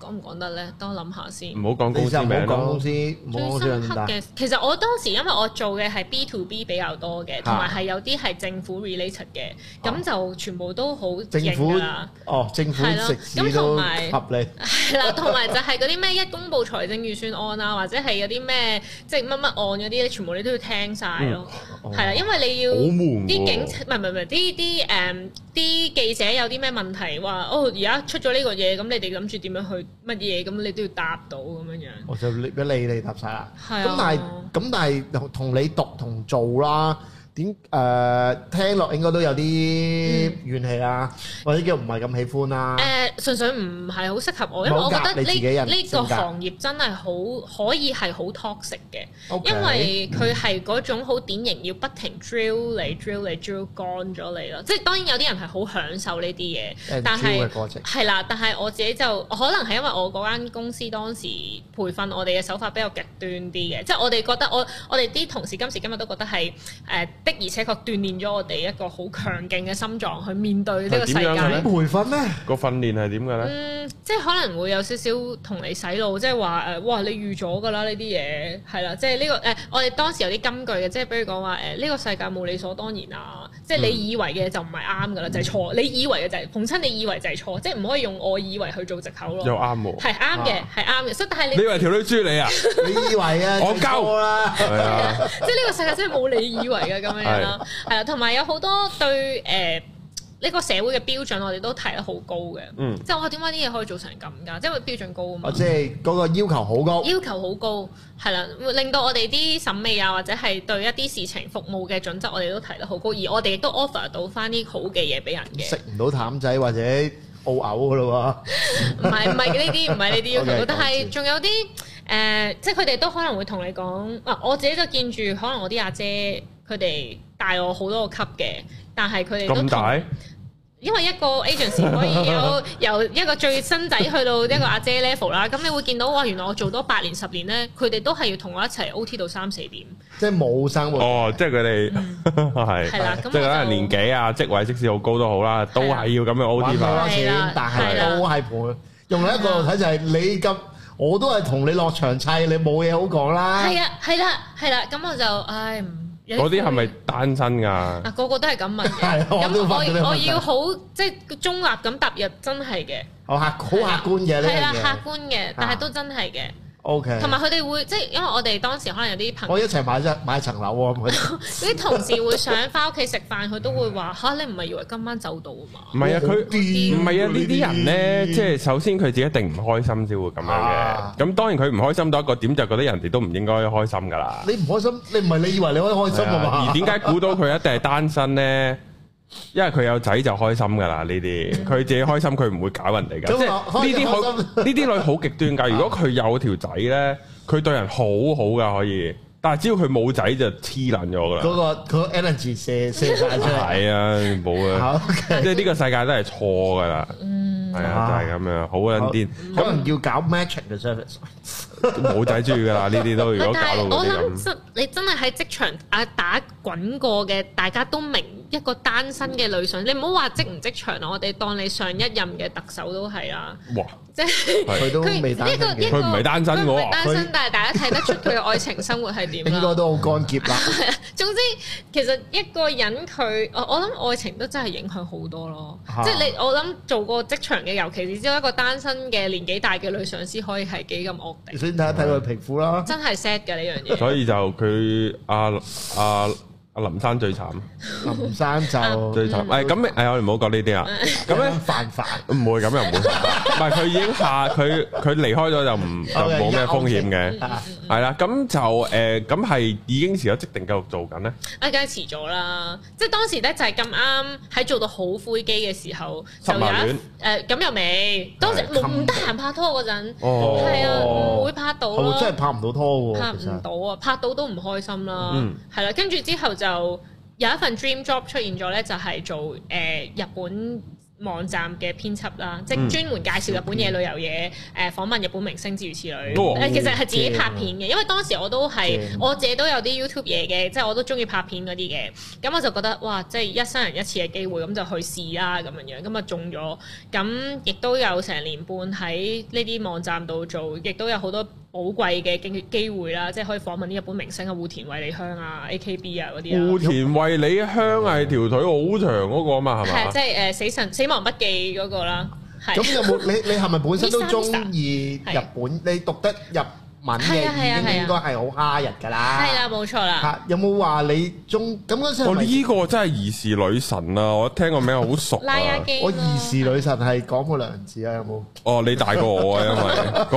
Speaker 3: 講唔講得咧？等我諗下先
Speaker 2: 嗯
Speaker 1: 唔。好講公
Speaker 2: 你就
Speaker 1: 司
Speaker 2: 唔好
Speaker 1: 名
Speaker 2: 講公
Speaker 1: 咯。
Speaker 2: 司，唔好講啊
Speaker 3: 最
Speaker 2: 公司
Speaker 3: 深
Speaker 2: 咁
Speaker 3: 刻
Speaker 2: 大。
Speaker 3: 嘅，其實我當時因為我做嘅係 B to B 比較多嘅，同埋係有啲係政府 related 嘅，咁就全部都好
Speaker 2: 政
Speaker 3: 型
Speaker 2: 府
Speaker 3: 㗎啦。
Speaker 2: 哦，政府
Speaker 3: 係咯
Speaker 2: 食肆
Speaker 3: 咁
Speaker 2: 都
Speaker 3: 同埋
Speaker 2: 合理。
Speaker 3: 係啦，同埋就係嗰啲咩一公布財政預算案啊，或者係有啲咩即係乜乜案嗰啲，全部你都要聽晒咯。
Speaker 2: 嗯
Speaker 3: 係啦，
Speaker 2: 哦
Speaker 3: 因為你要
Speaker 1: 好悶
Speaker 3: 啲
Speaker 1: 喎，
Speaker 3: 警察唔係唔係唔係啲啲誒啲記者有啲咩問題話哦，而家出咗呢個嘢，咁你哋諗住點樣去乜嘢？咁你都要答到咁樣樣。
Speaker 2: 我就俾你你答晒啦。
Speaker 3: 係啊
Speaker 2: 咁但係咁但係同你讀同做啦，點誒聽落應該都有啲怨氣啦，或者叫唔係咁喜歡啦
Speaker 3: 誒、。純粹唔係好適合我，因為
Speaker 2: 唔好
Speaker 3: 我覺
Speaker 2: 夾
Speaker 3: 得
Speaker 2: 你自己
Speaker 3: 呢
Speaker 2: 人
Speaker 3: 呢個
Speaker 2: 性格
Speaker 3: 行業真係好可以係好 toxic 嘅。
Speaker 2: OK
Speaker 3: 因為佢係嗰種好典型，要不停 drill 你、drill 你、drill 乾咗你咯。即係當然有啲人係好享受呢啲嘢
Speaker 2: And，
Speaker 3: 但
Speaker 2: drill
Speaker 3: 係
Speaker 2: 嘅過程
Speaker 3: 係啦，但係我自己就可能係因為我嗰間公司當時培訓我哋嘅手法比較極端啲嘅，即係我哋覺得我我哋啲同事今時今日都覺得係誒、呃的而且確鍛鍊咗我哋一個好強勁嘅心臟去面對呢個世
Speaker 1: 係點樣嘅
Speaker 3: 界
Speaker 1: 咧。
Speaker 2: 培訓咩？
Speaker 1: 個訓練係點嘅咧？
Speaker 3: 嗯，即係可能會有少少同你洗腦，即係話誒，哇！你預咗㗎啦呢啲嘢，係啦，即係呢、個誒、呃我哋當時有啲金句嘅，即係比如講話呃誒，呢、個世界冇理所當然啊，即係你以為嘅就唔係啱㗎啦，就係、錯，你以為嘅就係、逢親你以為就係錯，即係唔可以用我以為去做藉口
Speaker 1: 又
Speaker 3: 咯，
Speaker 1: 啱喎。
Speaker 3: 係啱嘅
Speaker 2: 啊，
Speaker 3: 係啱嘅，所以但係你
Speaker 1: 你以為條女追
Speaker 3: (laughs)
Speaker 1: 你啊？
Speaker 2: 你以為啊？
Speaker 1: 我
Speaker 2: 最
Speaker 1: 交
Speaker 2: 多啦。
Speaker 1: 係啊。
Speaker 3: 即係呢個世界真係冇你以為嘅咁樣樣啦，係啦，同埋有好多對誒呢個社會嘅標準，我哋都提得好高嘅，
Speaker 1: 嗯
Speaker 3: 即係我點解啲嘢可以做成咁㗎？即係因為標準高啊嘛
Speaker 2: 我。即係嗰個要求好高。
Speaker 3: 要求好高，係啦，會令到我哋啲審美啊，或者係對一啲事情服務嘅準則，我哋都提得好高，而我哋亦都 offer 到翻啲好嘅嘢俾人
Speaker 2: 食
Speaker 3: 嘅，
Speaker 2: 唔到淡仔或者澳牛噶咯
Speaker 3: 唔係唔係呢啲，唔
Speaker 1: (laughs)
Speaker 3: 係呢啲要
Speaker 2: Okay，
Speaker 3: 求，但係
Speaker 2: 講
Speaker 3: 仲有啲誒、呃即係佢哋都可能會同你講，啊，我自己就見住可能我啲阿姐佢哋大我好多個級嘅，但係佢哋都同
Speaker 1: 咁大？
Speaker 3: 因為一個 agency 可以有 (laughs) 由一個最新仔去到一個阿姐 level 啦，咁你會見到哇，原來我做多八年十年咧，佢哋都係要同我一齊 OT 到三四點。
Speaker 2: 喎，即係冇生活。
Speaker 1: 哦，即係佢哋 (laughs) 係，
Speaker 3: 係啦咁
Speaker 1: 即係
Speaker 3: 我
Speaker 1: 可能
Speaker 3: 就
Speaker 1: 年紀啊、職位即使好高都好啦，都係要咁樣 O
Speaker 2: 玩
Speaker 1: T
Speaker 2: 好
Speaker 1: 法。
Speaker 2: 多
Speaker 3: 係
Speaker 2: 錢
Speaker 3: 啦，
Speaker 2: 但
Speaker 3: 係
Speaker 2: 係
Speaker 3: 啦
Speaker 2: 都係賠。用另一個睇就係你咁，我都係同你落場砌，你冇嘢好講啦。
Speaker 3: 係啊，係啦，係啦，咁我就唉，唔有啲
Speaker 1: 嗰啲係咪單身噶？
Speaker 3: 啊個個都係咁問
Speaker 2: 係
Speaker 1: (laughs)
Speaker 3: 嘅？
Speaker 2: 啊我都發覺呢
Speaker 3: 咁
Speaker 2: 個
Speaker 3: 我我
Speaker 2: 問題
Speaker 3: 要好即係中立咁踏入，真係嘅，
Speaker 2: 好客好客觀嘅呢
Speaker 3: 係啦，
Speaker 2: 樣嘢
Speaker 3: 客觀
Speaker 1: 啊
Speaker 3: 嘅，但係都真係嘅。
Speaker 2: O K，
Speaker 3: 同埋佢哋會即係因為我哋當時可能有啲朋
Speaker 2: 我
Speaker 3: 友
Speaker 2: 一齊買咗買層樓喎，咁佢
Speaker 3: 啲同事會想翻屋企食飯，佢都會話吓你唔係以為今晚走到啊
Speaker 1: (laughs)
Speaker 3: 嘛？
Speaker 1: 唔係啊，
Speaker 2: 好
Speaker 1: 佢
Speaker 2: 癲
Speaker 1: 唔係啊，
Speaker 2: 喎
Speaker 1: 呢啲人咧，
Speaker 2: 呢啲
Speaker 1: 即係首先佢自己一定唔開心先會咁樣嘅
Speaker 2: 啊。
Speaker 1: 咁當然佢唔開心到一個點，就覺得人哋都唔應該開心噶啦。
Speaker 2: (laughs) 你唔開心，你唔係你以為你可以開心啊
Speaker 1: 係啊
Speaker 2: 嘛？
Speaker 1: 而點解估到佢一定係單身咧？因為佢有仔就開心噶啦，呢啲佢自己開心，佢唔會搞人哋噶。
Speaker 2: 咁
Speaker 1: 即係
Speaker 2: 啊開
Speaker 1: 呢啲好，
Speaker 2: 開心
Speaker 1: 呢啲女好極端
Speaker 2: (laughs)
Speaker 1: 噶。如果佢有條仔咧，佢對人好好噶可以，但係只要佢冇仔就黐撚咗噶
Speaker 2: 嗰
Speaker 1: 啦。
Speaker 2: 個嗰個 energy 射射晒出嚟。
Speaker 1: 係啊，冇啊，
Speaker 2: O K，
Speaker 1: (laughs) 即係呢個世界都係錯噶啦。
Speaker 3: 嗯
Speaker 1: 係啊，
Speaker 2: 啊
Speaker 1: 就係咁樣，好
Speaker 2: Ờ.
Speaker 1: 撚癲。
Speaker 2: 可能要搞 matching 嘅 service。
Speaker 1: (laughs) 冇仔中意噶啦，呢啲
Speaker 3: (laughs)
Speaker 1: 都如果搞
Speaker 3: 但
Speaker 1: 到
Speaker 3: 係我
Speaker 1: 嗰啲
Speaker 3: 諗
Speaker 1: 咁，
Speaker 3: 真，你真係喺職場啊打滾過嘅，大家都明一個單身嘅女性。你唔好話職唔職場啊，我哋當你上一任嘅特首都係啊，
Speaker 1: 哇！
Speaker 3: 即係
Speaker 1: 係
Speaker 2: 佢都
Speaker 3: 佢
Speaker 2: 未單
Speaker 3: 一個
Speaker 2: 身
Speaker 3: 一
Speaker 2: 嘅，
Speaker 3: 個
Speaker 1: 佢唔係單身嘅喎
Speaker 3: 佢唔係單
Speaker 2: 佢
Speaker 3: 身，但係大家睇得出佢嘅愛情生活係點
Speaker 2: 應該
Speaker 3: 啦。
Speaker 2: 都好乾澀啦。
Speaker 3: 總之，其實一個人佢，我我諗愛情都真係影響好多咯。
Speaker 2: 嚇
Speaker 3: 即係你我諗做過職場嘅，尤其是只有一個單身嘅年紀大嘅女上司，可以係幾咁惡
Speaker 2: 你
Speaker 3: 定，
Speaker 2: 先睇一睇佢皮膚啦。
Speaker 3: 真係 sad 嘅呢樣嘢。
Speaker 1: 所以就佢阿阿阿阿林生最慘，
Speaker 2: 林生就
Speaker 1: 最
Speaker 3: 嗯
Speaker 1: 慘。誒咁誒，我哋唔好講呢啲
Speaker 3: (laughs)
Speaker 1: 啦。咁咧
Speaker 2: 犯法。
Speaker 1: 唔會咁又唔會，唔係佢已經下佢佢離開咗就
Speaker 3: (laughs)
Speaker 1: 唔就冇咩風險
Speaker 3: 嗯
Speaker 1: 嘅。
Speaker 2: 啊
Speaker 1: 係啦，咁就誒咁係已經辭咗職定繼續做緊咧？
Speaker 3: 啊，梗係遲咗啦！即係當時咧就係咁啱喺做到好灰機嘅時候，
Speaker 1: 十
Speaker 3: 就有一
Speaker 1: 萬
Speaker 3: 誒咁又未，當時
Speaker 2: 係
Speaker 3: 冇唔得閒拍拖嗰陣，
Speaker 1: 哦
Speaker 3: 係啊，唔會拍到
Speaker 2: 係
Speaker 3: 咯
Speaker 2: 喎，，真係拍唔到拖
Speaker 3: 拍
Speaker 2: 喎，其
Speaker 3: 唔
Speaker 2: 實
Speaker 3: 到啊，拍到都唔開心啦
Speaker 1: 嗯，
Speaker 3: 係啦，跟住之後就有一份 dream job 出現咗咧，就係做誒日本。網站嘅編輯啦，即
Speaker 1: 嗯
Speaker 3: 係專門介紹日本嘢、旅遊嘢，誒訪問日本明星諸如此類。
Speaker 1: 哦
Speaker 3: 誒其實係自己拍片嘅，因為當時我都係
Speaker 2: 哦正
Speaker 3: 我自己都有啲 YouTube 嘢嘅，即係我都中意拍片嗰啲嘅。咁我就覺得哇，即係一生人一次嘅機會，咁就去試啦咁樣樣，咁啊中咗。咁亦都有成年半喺呢啲網站度做，亦都有好多寶貴嘅機機會啦，即係可以訪問啲日本明星啊，戶田惠梨香啊、AKB 啊嗰啲
Speaker 1: 戶
Speaker 3: 啊。
Speaker 1: 田惠梨香係條腿好長嗰個啊嘛，係
Speaker 3: 係
Speaker 1: 嘛
Speaker 3: 即？係誒、死神死亡筆記嗰個啦，係
Speaker 2: 咁有冇你你係咪本身都
Speaker 3: Mr.
Speaker 2: 中意日本？你讀得日文嘅
Speaker 3: 係啊係啊
Speaker 2: 已經
Speaker 3: 係啊
Speaker 2: 應該係好蝦日㗎啦。
Speaker 3: (laughs) 係啦，冇錯啦。
Speaker 2: 嚇有冇話你中咁嗰陣時係
Speaker 1: 我
Speaker 2: 咪
Speaker 1: 呢個真係疑是女神啊！我聽個名好熟
Speaker 3: 拉
Speaker 1: 啊
Speaker 3: 亞！基
Speaker 2: 我疑是女神係講過兩字啊？有冇？
Speaker 1: 哦，你大過我啊，因
Speaker 3: (laughs)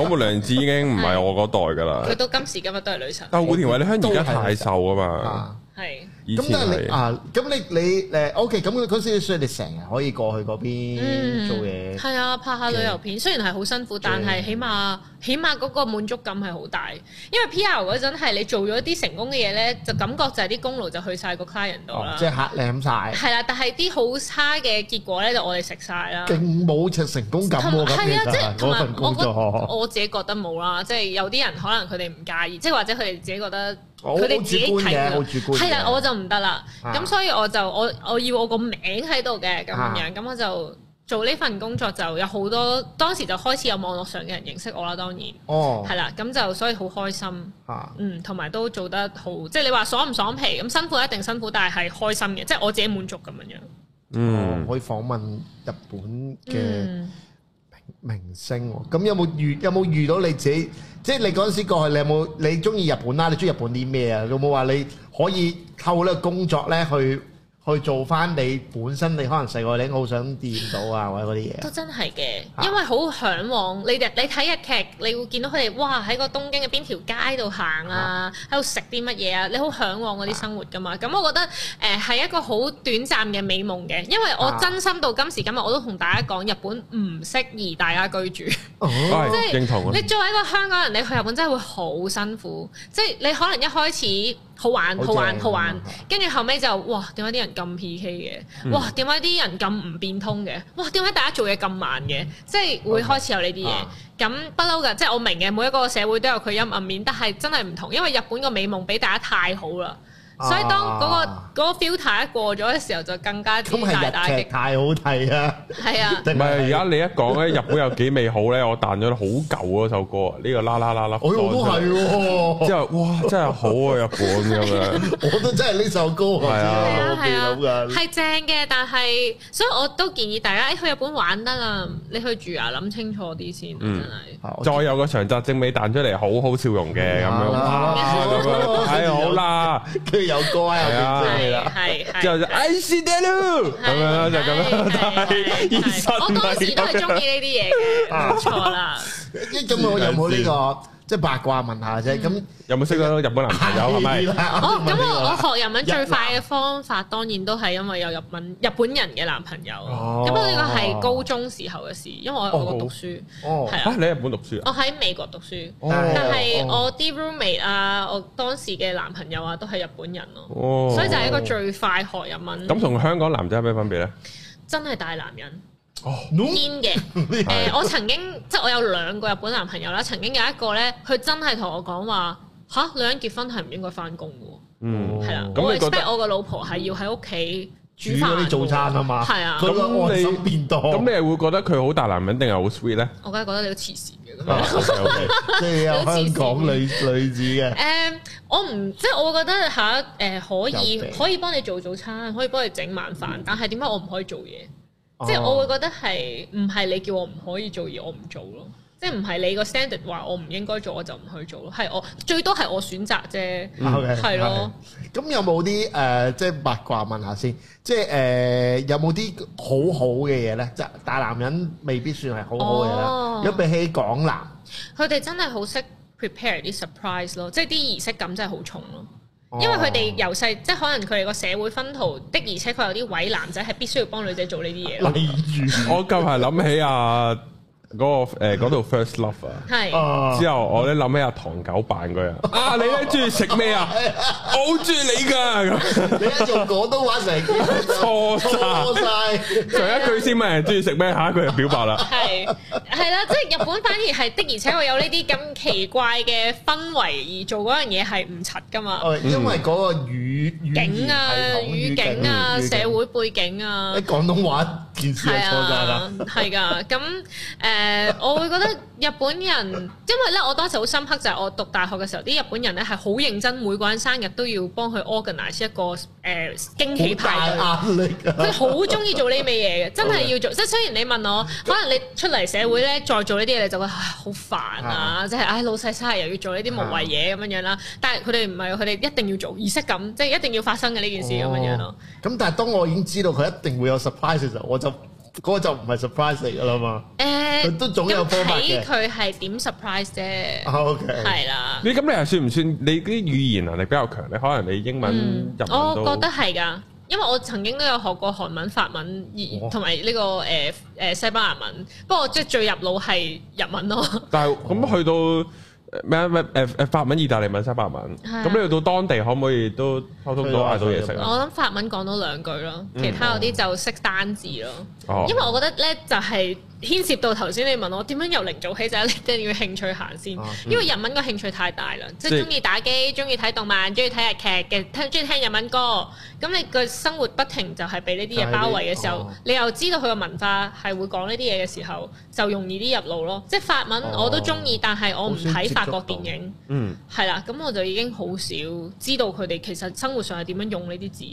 Speaker 1: 為 嗰部娘子已經唔係我嗰代噶
Speaker 3: 佢
Speaker 1: 啦。
Speaker 3: 到今時今日都係女神，
Speaker 2: 啊
Speaker 1: 但係古田惠梨香而家
Speaker 2: 都係
Speaker 1: 太瘦啊嘛，
Speaker 2: 啊，
Speaker 3: 係。
Speaker 1: 以
Speaker 2: 咁
Speaker 1: 前
Speaker 2: 但係你
Speaker 1: 係
Speaker 2: 啊，咁你你誒 OK，咁嗰陣時所以你成日可以過去嗰邊嗯做嘢。
Speaker 3: 係啊，拍下旅遊片，雖然係好辛苦，但係起碼起碼嗰個滿足感係好大。因為 PR 嗰陣係你做咗啲成功嘅嘢咧，就感覺就係啲功勞就去晒個 client 度
Speaker 2: 哦
Speaker 3: 啦。
Speaker 2: 即係客舐晒，
Speaker 3: 係啦，但係啲好差嘅結果咧，就我哋食晒啦。
Speaker 2: 勁冇成成功感
Speaker 3: 同
Speaker 2: 喎。咁
Speaker 3: 係啊，
Speaker 2: 其
Speaker 3: 即
Speaker 2: 實
Speaker 3: 係同
Speaker 2: 嗰
Speaker 3: 埋
Speaker 2: 份
Speaker 3: 我
Speaker 2: 工
Speaker 3: 覺
Speaker 2: 作。
Speaker 3: 我自己覺得冇啦，即係有啲人可能佢哋唔介意，即係或者佢哋自己覺得
Speaker 2: 我好
Speaker 3: 佢哋自己
Speaker 2: 主觀
Speaker 3: 睇
Speaker 2: 嘅
Speaker 3: 㗎
Speaker 2: 好主觀嘅
Speaker 3: 係啦，我就唔得啦。
Speaker 2: 啊
Speaker 3: 咁所以我就我我要我個名喺度嘅咁
Speaker 2: 啊
Speaker 3: 樣，咁我就做呢份工作就有好多當時就開始有網絡上嘅人認識我啦，當然
Speaker 2: 哦，
Speaker 3: 係啦，咁就所以好開心。
Speaker 2: 嚇
Speaker 3: 嗯，同埋都做得好，即係你話爽唔爽皮咁辛苦一定辛苦，但係係開心嘅，即係我自己滿足咁樣樣。
Speaker 1: 嗯
Speaker 2: 哦，可以訪問日本嘅。啊
Speaker 3: 嗯，
Speaker 2: 明星喎，咁有冇遇有冇遇到你自己？即係你嗰陣時過去，你有冇你中意日本啦？你中意日本啲咩啊？有冇話你可以透呢個工作咧去去做翻你本身你可能細個你好想掂到啊，或者嗰啲嘢
Speaker 3: 都
Speaker 2: 啊？
Speaker 3: 真係嘅，
Speaker 2: 啊
Speaker 3: 因為好嚮往。你哋你睇日劇，你會見到佢哋哇喺個東京嘅邊條街度行啊，喺度食啲乜嘢啊，你好嚮往嗰啲生活噶
Speaker 2: 啊
Speaker 3: 嘛。咁我覺得誒係、一個好短暫嘅美夢嘅，因為我
Speaker 2: 啊
Speaker 3: 真心到今時今日我都同大家講，日本唔適宜大家居住。
Speaker 1: 係
Speaker 2: 哦，
Speaker 3: 即係
Speaker 1: 認同啊
Speaker 3: 你。作為一個香港人，你去日本真係會好辛苦，即係你可能一開始好玩
Speaker 2: 好
Speaker 3: 好玩
Speaker 2: 正
Speaker 3: 好玩
Speaker 2: 嗯，
Speaker 3: 跟住後尾就哇點解啲人咁 PK 嘅？哇點解啲人咁唔變通嘅？哇點解大家做嘢咁慢嘅？即係會開始有呢啲嘢
Speaker 2: 啊。
Speaker 3: 咁不嬲㗎，即係我明嘅，每一個社會都有佢陰暗面，但係真係唔同，因為日本個美夢俾大家太好啦，所以當嗰、
Speaker 2: 啊
Speaker 3: 個嗰、個 filter 一過咗嘅時候，就更加之
Speaker 2: 咁
Speaker 3: 大打
Speaker 2: 係日劇
Speaker 3: 擊。
Speaker 2: 太好睇啊！
Speaker 3: 係啊。
Speaker 2: 定
Speaker 1: 唔係而家你一講哎咧，日本有幾美好咧，我彈咗好舊嗰首歌啊，呢個啦啦啦啦。
Speaker 2: 哎我我都係
Speaker 1: (laughs)
Speaker 2: 喎，
Speaker 1: 之後哇，哦真係好啊，日本咁
Speaker 2: (laughs)
Speaker 1: 樣。
Speaker 2: 我都真係呢首歌
Speaker 1: 係啊
Speaker 3: 係
Speaker 2: 我
Speaker 3: 啊
Speaker 2: 記
Speaker 3: 係
Speaker 2: 到
Speaker 3: 啊，
Speaker 2: 㗎。
Speaker 3: 係正嘅，但係所以我都建議大家哎誒去日本玩得啦，你去住啊，諗清楚啲先，真
Speaker 1: 嗯
Speaker 3: 係。
Speaker 2: 啊我
Speaker 1: 再有個長澤正美彈出嚟，好好笑容嘅咁樣。
Speaker 2: 啊
Speaker 1: 哇咁
Speaker 2: (laughs)
Speaker 1: 樣，哎好啦。
Speaker 2: 跟住有歌喺
Speaker 1: 係啊
Speaker 2: 入邊先
Speaker 3: 係
Speaker 2: 啦。
Speaker 3: 係係
Speaker 1: 之後就 I see that you 咁樣啦，就咁樣。但係現實
Speaker 3: 我
Speaker 1: 唔
Speaker 3: 當
Speaker 1: 係啊
Speaker 3: 時都
Speaker 1: 咁
Speaker 3: 係中意
Speaker 1: 樣。
Speaker 3: 呢啲嘢嘅，冇錯啦。
Speaker 2: 咁我有冇呢個即係八卦問下啫？咁
Speaker 1: 有冇識到日本男朋友係咪？
Speaker 2: Ờ,
Speaker 1: (laughs)
Speaker 3: 哦，咁我我學日文
Speaker 2: 日
Speaker 3: 最
Speaker 2: 男
Speaker 3: 快嘅方法，當然都係因為有日文日本人嘅男朋友。
Speaker 2: 哦
Speaker 3: 咁我呢個係高中時候嘅事，因為我喺外國讀書，
Speaker 2: 哦
Speaker 3: 係
Speaker 1: 啊，
Speaker 3: 啊
Speaker 1: 你，喺日本讀書啊？
Speaker 3: 我喺美國讀書。
Speaker 2: ờ,
Speaker 1: 哦
Speaker 3: 但係我啲 roommate 啊，我當時嘅男朋友啊，都係日本人咯，
Speaker 1: 哦
Speaker 3: 所以就係一個最快學日文，
Speaker 1: 咁同香港男仔有咩分別咧？
Speaker 3: 真係大男人
Speaker 2: No？ (laughs)
Speaker 3: 堅嘅。誒、我曾經即係我有兩個日本男朋友啦，曾經有一個咧，佢真係同我講話吓，女人結婚係唔應該翻工嘅
Speaker 1: 嗯，
Speaker 3: 喎，係啦。
Speaker 1: 咁
Speaker 3: 我
Speaker 1: 你覺得
Speaker 3: expect 我個老婆係要喺屋企煮
Speaker 2: 煮嗰
Speaker 3: 飯
Speaker 2: 啲早餐啊嘛，
Speaker 3: 喎
Speaker 2: (laughs)
Speaker 3: 係啊，
Speaker 2: 佢個愛心便當，
Speaker 1: 嗯咁你係會覺得佢好大男人定係好 sweet
Speaker 3: (laughs)
Speaker 1: 咧？
Speaker 3: 我梗係覺得你好黐線嘅咁樣。
Speaker 1: 啊，OK OK，
Speaker 2: 即係有香港女女子嘅
Speaker 3: (laughs) 誒、我唔即係我覺得嚇誒、可以
Speaker 2: 有病
Speaker 3: 可以幫你做早餐，可以幫你整晚飯，但係點
Speaker 2: 哦 Ờ.
Speaker 3: 解我唔可以做嘢？即係我會覺得係唔係你叫我唔可以做而我唔做咯？即係唔係你個 standard 話我唔應該做我就唔去做咯，係我最多係我選擇啫，
Speaker 2: OK，
Speaker 3: 係咯。
Speaker 2: 係。咁有冇啲誒，即係八卦問下先，即係誒、有冇啲好好嘅嘢咧？即係大男人未必算係好好嘅啦。
Speaker 3: 哦
Speaker 2: 如果比起港男，
Speaker 3: 佢哋真係好識 prepare 啲 surprise 咯，即係啲儀式感真係好重咯。
Speaker 2: 哦
Speaker 3: 因為佢哋由細即係可能佢哋個社會分途的，而且佢有啲位男仔係必須要幫女仔做呢啲嘢
Speaker 2: 哦
Speaker 3: 咯。
Speaker 2: 例如
Speaker 1: 我近排諗起啊嗰個誒嗰度 First Love 啊。
Speaker 3: 係
Speaker 2: 啊
Speaker 1: 之後我咧諗起阿唐九扮嗰樣，啊你咧中意食咩啊？我好中意你噶，咁
Speaker 2: 你一做廣東話成
Speaker 1: 錯
Speaker 2: 錯
Speaker 1: 晒。
Speaker 3: (laughs)
Speaker 1: 上
Speaker 2: 晒，
Speaker 1: 一句先問人中意食咩，下一句就表白啦。
Speaker 3: 係係啦，即係日本反而係的，而且佢有呢啲咁奇怪嘅氛圍而做嗰樣嘢係唔柒噶嘛。
Speaker 2: 哦因為嗰個語語言
Speaker 3: 景啊、
Speaker 2: 嗯系統
Speaker 3: 語境啊、
Speaker 2: 嗯語
Speaker 3: 社會背景啊
Speaker 2: 喺。廣東話件事係
Speaker 3: 係
Speaker 2: 錯晒啦
Speaker 3: 啊。，係噶。咁誒、呃我會覺得日本人， (laughs) 因為咧，我當時好深刻就係我讀大學嘅時候，啲日本人咧係好認真，每個人生日都要幫佢 organize 一個誒、呃、驚喜
Speaker 2: 好大
Speaker 3: 派對。
Speaker 2: 壓力啊！
Speaker 3: 佢好中意做呢
Speaker 2: (laughs)
Speaker 3: 味嘢嘅，真係要做。即係雖然你問我，可能你出嚟社會咧再做呢啲嘢，你就會唉好煩啊！即係唉老細生日又要做呢啲無謂嘢咁樣樣啦。但係佢哋唔係，佢哋一定要做儀式感，即係一定要發生嘅呢件事咁樣樣咯
Speaker 2: 哦。。咁但係當我已經知道佢一定會有 surprise 嘅時候，我就嗰個就唔係 surprise 嚟㗎啦嘛。
Speaker 3: 誒，
Speaker 2: 佢都總有方法嘅
Speaker 3: 咁睇佢係點 surprise 啫，
Speaker 2: 啊 OK，
Speaker 3: 係啦。
Speaker 1: 你咁你係算唔算？你啲語言能力比較強咧，可能你英文、
Speaker 3: 嗯
Speaker 1: 日文，
Speaker 3: 我
Speaker 1: 都
Speaker 3: 覺得係㗎，因為我曾經都有學過韓文、法文，而
Speaker 2: 哇
Speaker 3: 同埋呢個誒誒西班牙文。不過即係最入腦係日文咯。
Speaker 1: 但係咁去到呃咩咩誒誒法文、意大利文、西班牙文，
Speaker 3: 係啊
Speaker 1: 咁你去到當地可唔可以都溝通到嗌到嘢食啊？
Speaker 3: 我諗法文講到兩句咯，
Speaker 2: 嗯
Speaker 3: 其他嗰啲就識單字咯。
Speaker 1: 哦
Speaker 3: 因為我覺得咧就係牽涉到頭先你問我點樣由零做起，就係一定要興趣行先
Speaker 2: 啊。
Speaker 3: 因為日文個興趣太大啦，即
Speaker 1: 即係
Speaker 3: 係中意打機、中意睇動漫、中意睇日劇嘅，聽中意聽日文歌。咁你個生活不停就係俾呢啲嘢包圍嘅時
Speaker 2: 就係呢
Speaker 3: 候
Speaker 2: 哦，
Speaker 3: 你又知道佢個文化係會講呢啲嘢嘅時候，就容易啲入腦咯。即係法文
Speaker 2: 哦
Speaker 3: 我都中意，但係我唔
Speaker 2: 好少接
Speaker 3: 睇
Speaker 2: 觸
Speaker 3: 法國
Speaker 2: 到
Speaker 3: 電影。
Speaker 1: 嗯，
Speaker 3: 係啦，咁我就已經好少知道佢哋其實生活上係點樣用呢啲字。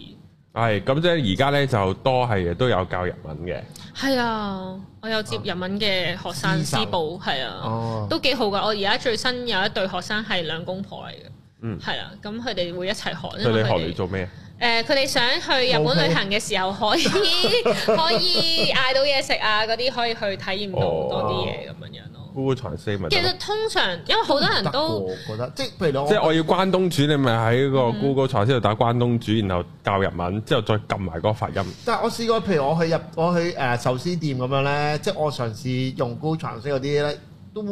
Speaker 1: 係咁即係而家咧就多係都有教日文嘅。
Speaker 3: 係啊，我有接日文嘅學生
Speaker 2: 私
Speaker 3: 私
Speaker 2: 授
Speaker 3: 報，係啊，
Speaker 2: 哦，
Speaker 3: 都幾好㗎。我而家最新有一對學生係兩公婆嚟嘅。
Speaker 1: 嗯
Speaker 3: 係啦，咁佢哋會一齊學，
Speaker 1: 佢
Speaker 3: 因為
Speaker 1: 哋學
Speaker 3: 佢
Speaker 1: 嚟
Speaker 3: 哋
Speaker 1: 做咩？
Speaker 3: 誒，佢哋想去日本旅行嘅時候，可
Speaker 1: (laughs)
Speaker 3: 以 (laughs) 可以嗌到嘢食啊，嗰啲可以去體驗到多啲嘢咁樣樣咯。
Speaker 1: Google Translate 咪
Speaker 3: 其
Speaker 1: 得哦咯
Speaker 3: 實通常因為好多人都
Speaker 2: 得喎覺得，即係譬如
Speaker 1: 即係
Speaker 2: 我
Speaker 1: 我要關東煮，你咪喺個
Speaker 3: 嗯
Speaker 1: Google 查先度打關東煮，然後教日文，之後再撳埋嗰個發音。
Speaker 2: 但係我試過，譬如我去入我去誒壽司店咁樣咧，即係我嘗試用 Google Translate 嗰啲咧，都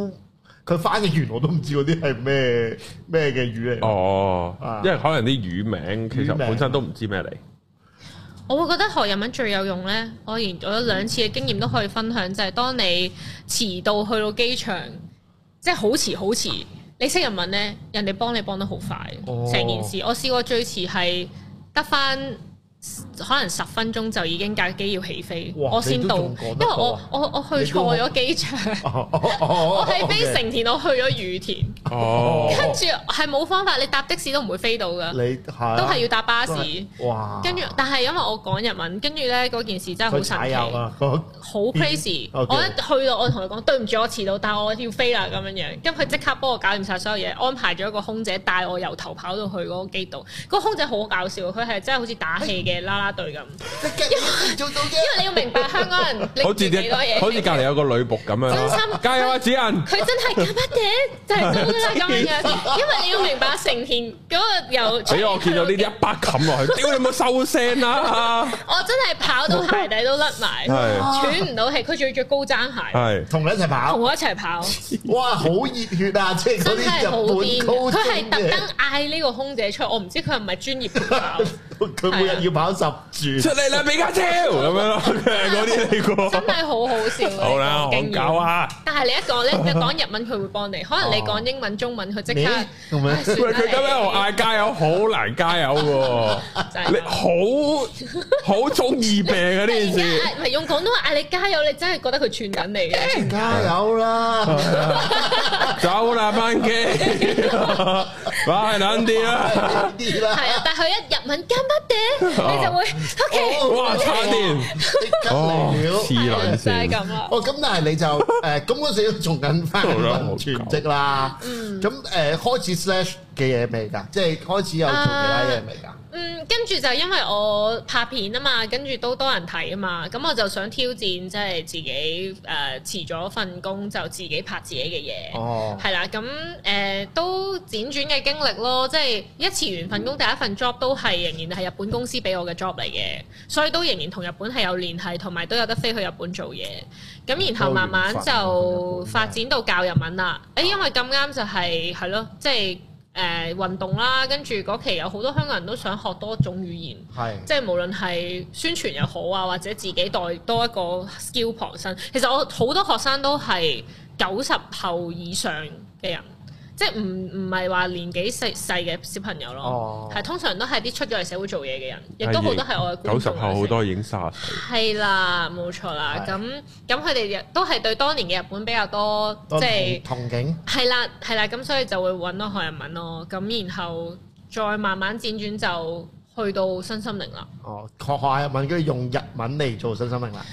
Speaker 2: 佢翻譯完我都唔知嗰啲係咩咩嘅語嚟。
Speaker 1: 哦
Speaker 2: 啊，
Speaker 1: 因為可能啲語名其實本身都唔知咩嚟。
Speaker 3: 我會覺得學日文最有用呢。我研我有兩次嘅經驗都可以分享，就係、當你遲到去到機場，即係好遲好遲，你識日文呢，人哋幫你幫得好快，成、
Speaker 2: 哦
Speaker 3: 件事。我試過最遲係得翻可能十分鐘就已經架機要起飛，
Speaker 2: 哇
Speaker 3: 我先到，
Speaker 2: 你都仲講
Speaker 3: 因為
Speaker 2: 得到
Speaker 3: 我
Speaker 2: 啊
Speaker 3: 我我去
Speaker 2: 你都好
Speaker 3: 錯咗機場，
Speaker 2: (laughs) 哦哦哦哦
Speaker 3: 我喺
Speaker 2: ，OK
Speaker 3: 飛成田，我去咗羽田，
Speaker 1: (laughs) 哦，
Speaker 3: 跟住係冇方法，你搭的士都唔會飛到噶，
Speaker 2: 你係
Speaker 3: 都係要搭巴
Speaker 2: 巴
Speaker 3: 士。
Speaker 2: 哇！
Speaker 3: 跟住，但係因為我講日文，跟住咧嗰件事真係好
Speaker 2: 佢
Speaker 3: 神
Speaker 2: 踩油
Speaker 3: 奇，
Speaker 2: 啊！嗰
Speaker 3: 好 crazy。
Speaker 2: OK
Speaker 3: 我一去到，我同佢講對唔住，我遲到，但係我要飛啦咁樣樣。咁佢即刻幫我搞掂晒所有嘢，安排咗一個空姐帶我由頭跑到去嗰個機度。嗰個空姐好搞笑，佢係真係好似打氣嘅啦啦隊咁。因
Speaker 2: 即係做到嘅。
Speaker 3: 為你要明白香港人拎
Speaker 1: 好
Speaker 3: 住
Speaker 1: 似
Speaker 3: 幾多嘢，
Speaker 1: 好似隔離有個女僕咁
Speaker 3: 真心
Speaker 1: 樣，加油啊，子仁！
Speaker 3: 佢真係咁乜嘢就係到啦咁樣樣。因為你要明白成田嗰個由
Speaker 1: 俾我見到呢啲一巴冚落去，屌你冇收聲啊啦！
Speaker 3: 我真係跑到鞋底都甩埋，
Speaker 2: 係
Speaker 3: 喘唔到氣。佢仲要着高踭鞋。
Speaker 1: 係
Speaker 2: 同你一齊跑
Speaker 3: 同，我一齊跑，
Speaker 2: 哇！好熱血啊！即係嗰
Speaker 3: 真係好
Speaker 2: 啲
Speaker 3: 癲
Speaker 2: 日本高中
Speaker 3: 嘅！佢係特登嗌呢個空姐出嚟，我唔知佢係咪專業陪跑，
Speaker 2: 登，佢每日要跑十
Speaker 1: 出
Speaker 2: 轉。
Speaker 1: 嚟啦，俾家超咁樣咯，嗰啲嚟
Speaker 3: (laughs) 真
Speaker 1: 過。
Speaker 3: 係好 (laughs) 好笑嘅。
Speaker 1: 好啦，
Speaker 3: 呢個
Speaker 1: 戇
Speaker 3: 經驗
Speaker 1: 搞！啊！
Speaker 3: 但係你一 (laughs) 講咧，你講日文佢會幫你，可能你講英文、中文佢即刻。
Speaker 2: 咩咁樣
Speaker 3: 唉算
Speaker 1: 喂，
Speaker 3: 啦
Speaker 1: 佢咁樣我嗌哎加油，好難加油喎！
Speaker 3: 就
Speaker 1: 你
Speaker 3: 係咁
Speaker 1: 好好中意病啊呢件
Speaker 3: 突
Speaker 1: 事
Speaker 3: 然 (laughs) 間。嗌唔係用廣東話嗌你加油，你真係覺得佢串緊你嘅。 (laughs)
Speaker 2: 加油啦！
Speaker 1: 走啦，
Speaker 3: (laughs)
Speaker 1: 班機，快撚啲啦！
Speaker 2: 啲啦，
Speaker 3: 係啊，但係佢一日文咁乜嘅，你就會 OK，
Speaker 1: 哇，差啲，
Speaker 2: 你跟
Speaker 1: 哦，
Speaker 2: 嚟了。
Speaker 1: 黐撚
Speaker 3: 就
Speaker 1: 線，
Speaker 3: 係咁啦。
Speaker 2: 哦，咁但係你就誒，咁嗰時都仲緊翻
Speaker 1: 做得好
Speaker 2: 全職啦。咁誒開始 slash 嘅嘢未㗎？即係開始有做其他嘢未㗎？
Speaker 3: 嗯，跟住就因為我拍片啊嘛，跟住都多人睇啊嘛，咁我就想挑戰，即係自己誒、呃、辭咗份工就自己拍自己嘅嘢。
Speaker 2: 哦，
Speaker 3: 係啦，咁誒、呃都輾轉嘅經歷咯，即係一辭完份工，第一份 job 都係仍然係日本公司俾我嘅 job 嚟嘅，所以都仍然同日本係有聯繫，同埋都有得飛去日本做嘢。咁然後慢慢就發展到教日文啦。誒、因為咁啱就係係咯，即係誒、呃、運動啦，跟住嗰期有好多香港人都想學多種語言。
Speaker 2: 係。
Speaker 3: 即係無論係宣傳又好啊，或者自己帶多一個 skill 傍身。其實我好多學生都係九十後以上嘅人，即係唔唔係話年紀細細嘅小朋友
Speaker 2: 哦
Speaker 3: 咯，係、通常都係啲出咗嚟社會做嘢嘅人，亦
Speaker 1: 係
Speaker 3: 都好多係我嘅
Speaker 1: 九
Speaker 3: 觀
Speaker 1: 十
Speaker 3: 眾嚟
Speaker 1: 後好
Speaker 3: 嘅
Speaker 1: 多已經卅歲，
Speaker 3: 係啦，冇錯啦。
Speaker 2: 係
Speaker 3: 咁咁佢哋亦都係對當年嘅日本比較多，即係
Speaker 2: 同景，
Speaker 3: 係啦係啦，咁所以就會揾多學日文咯。咁然後再慢慢輾轉就去到身心靈啦。
Speaker 2: 哦，學下日文，跟住用日文嚟做新生命啦。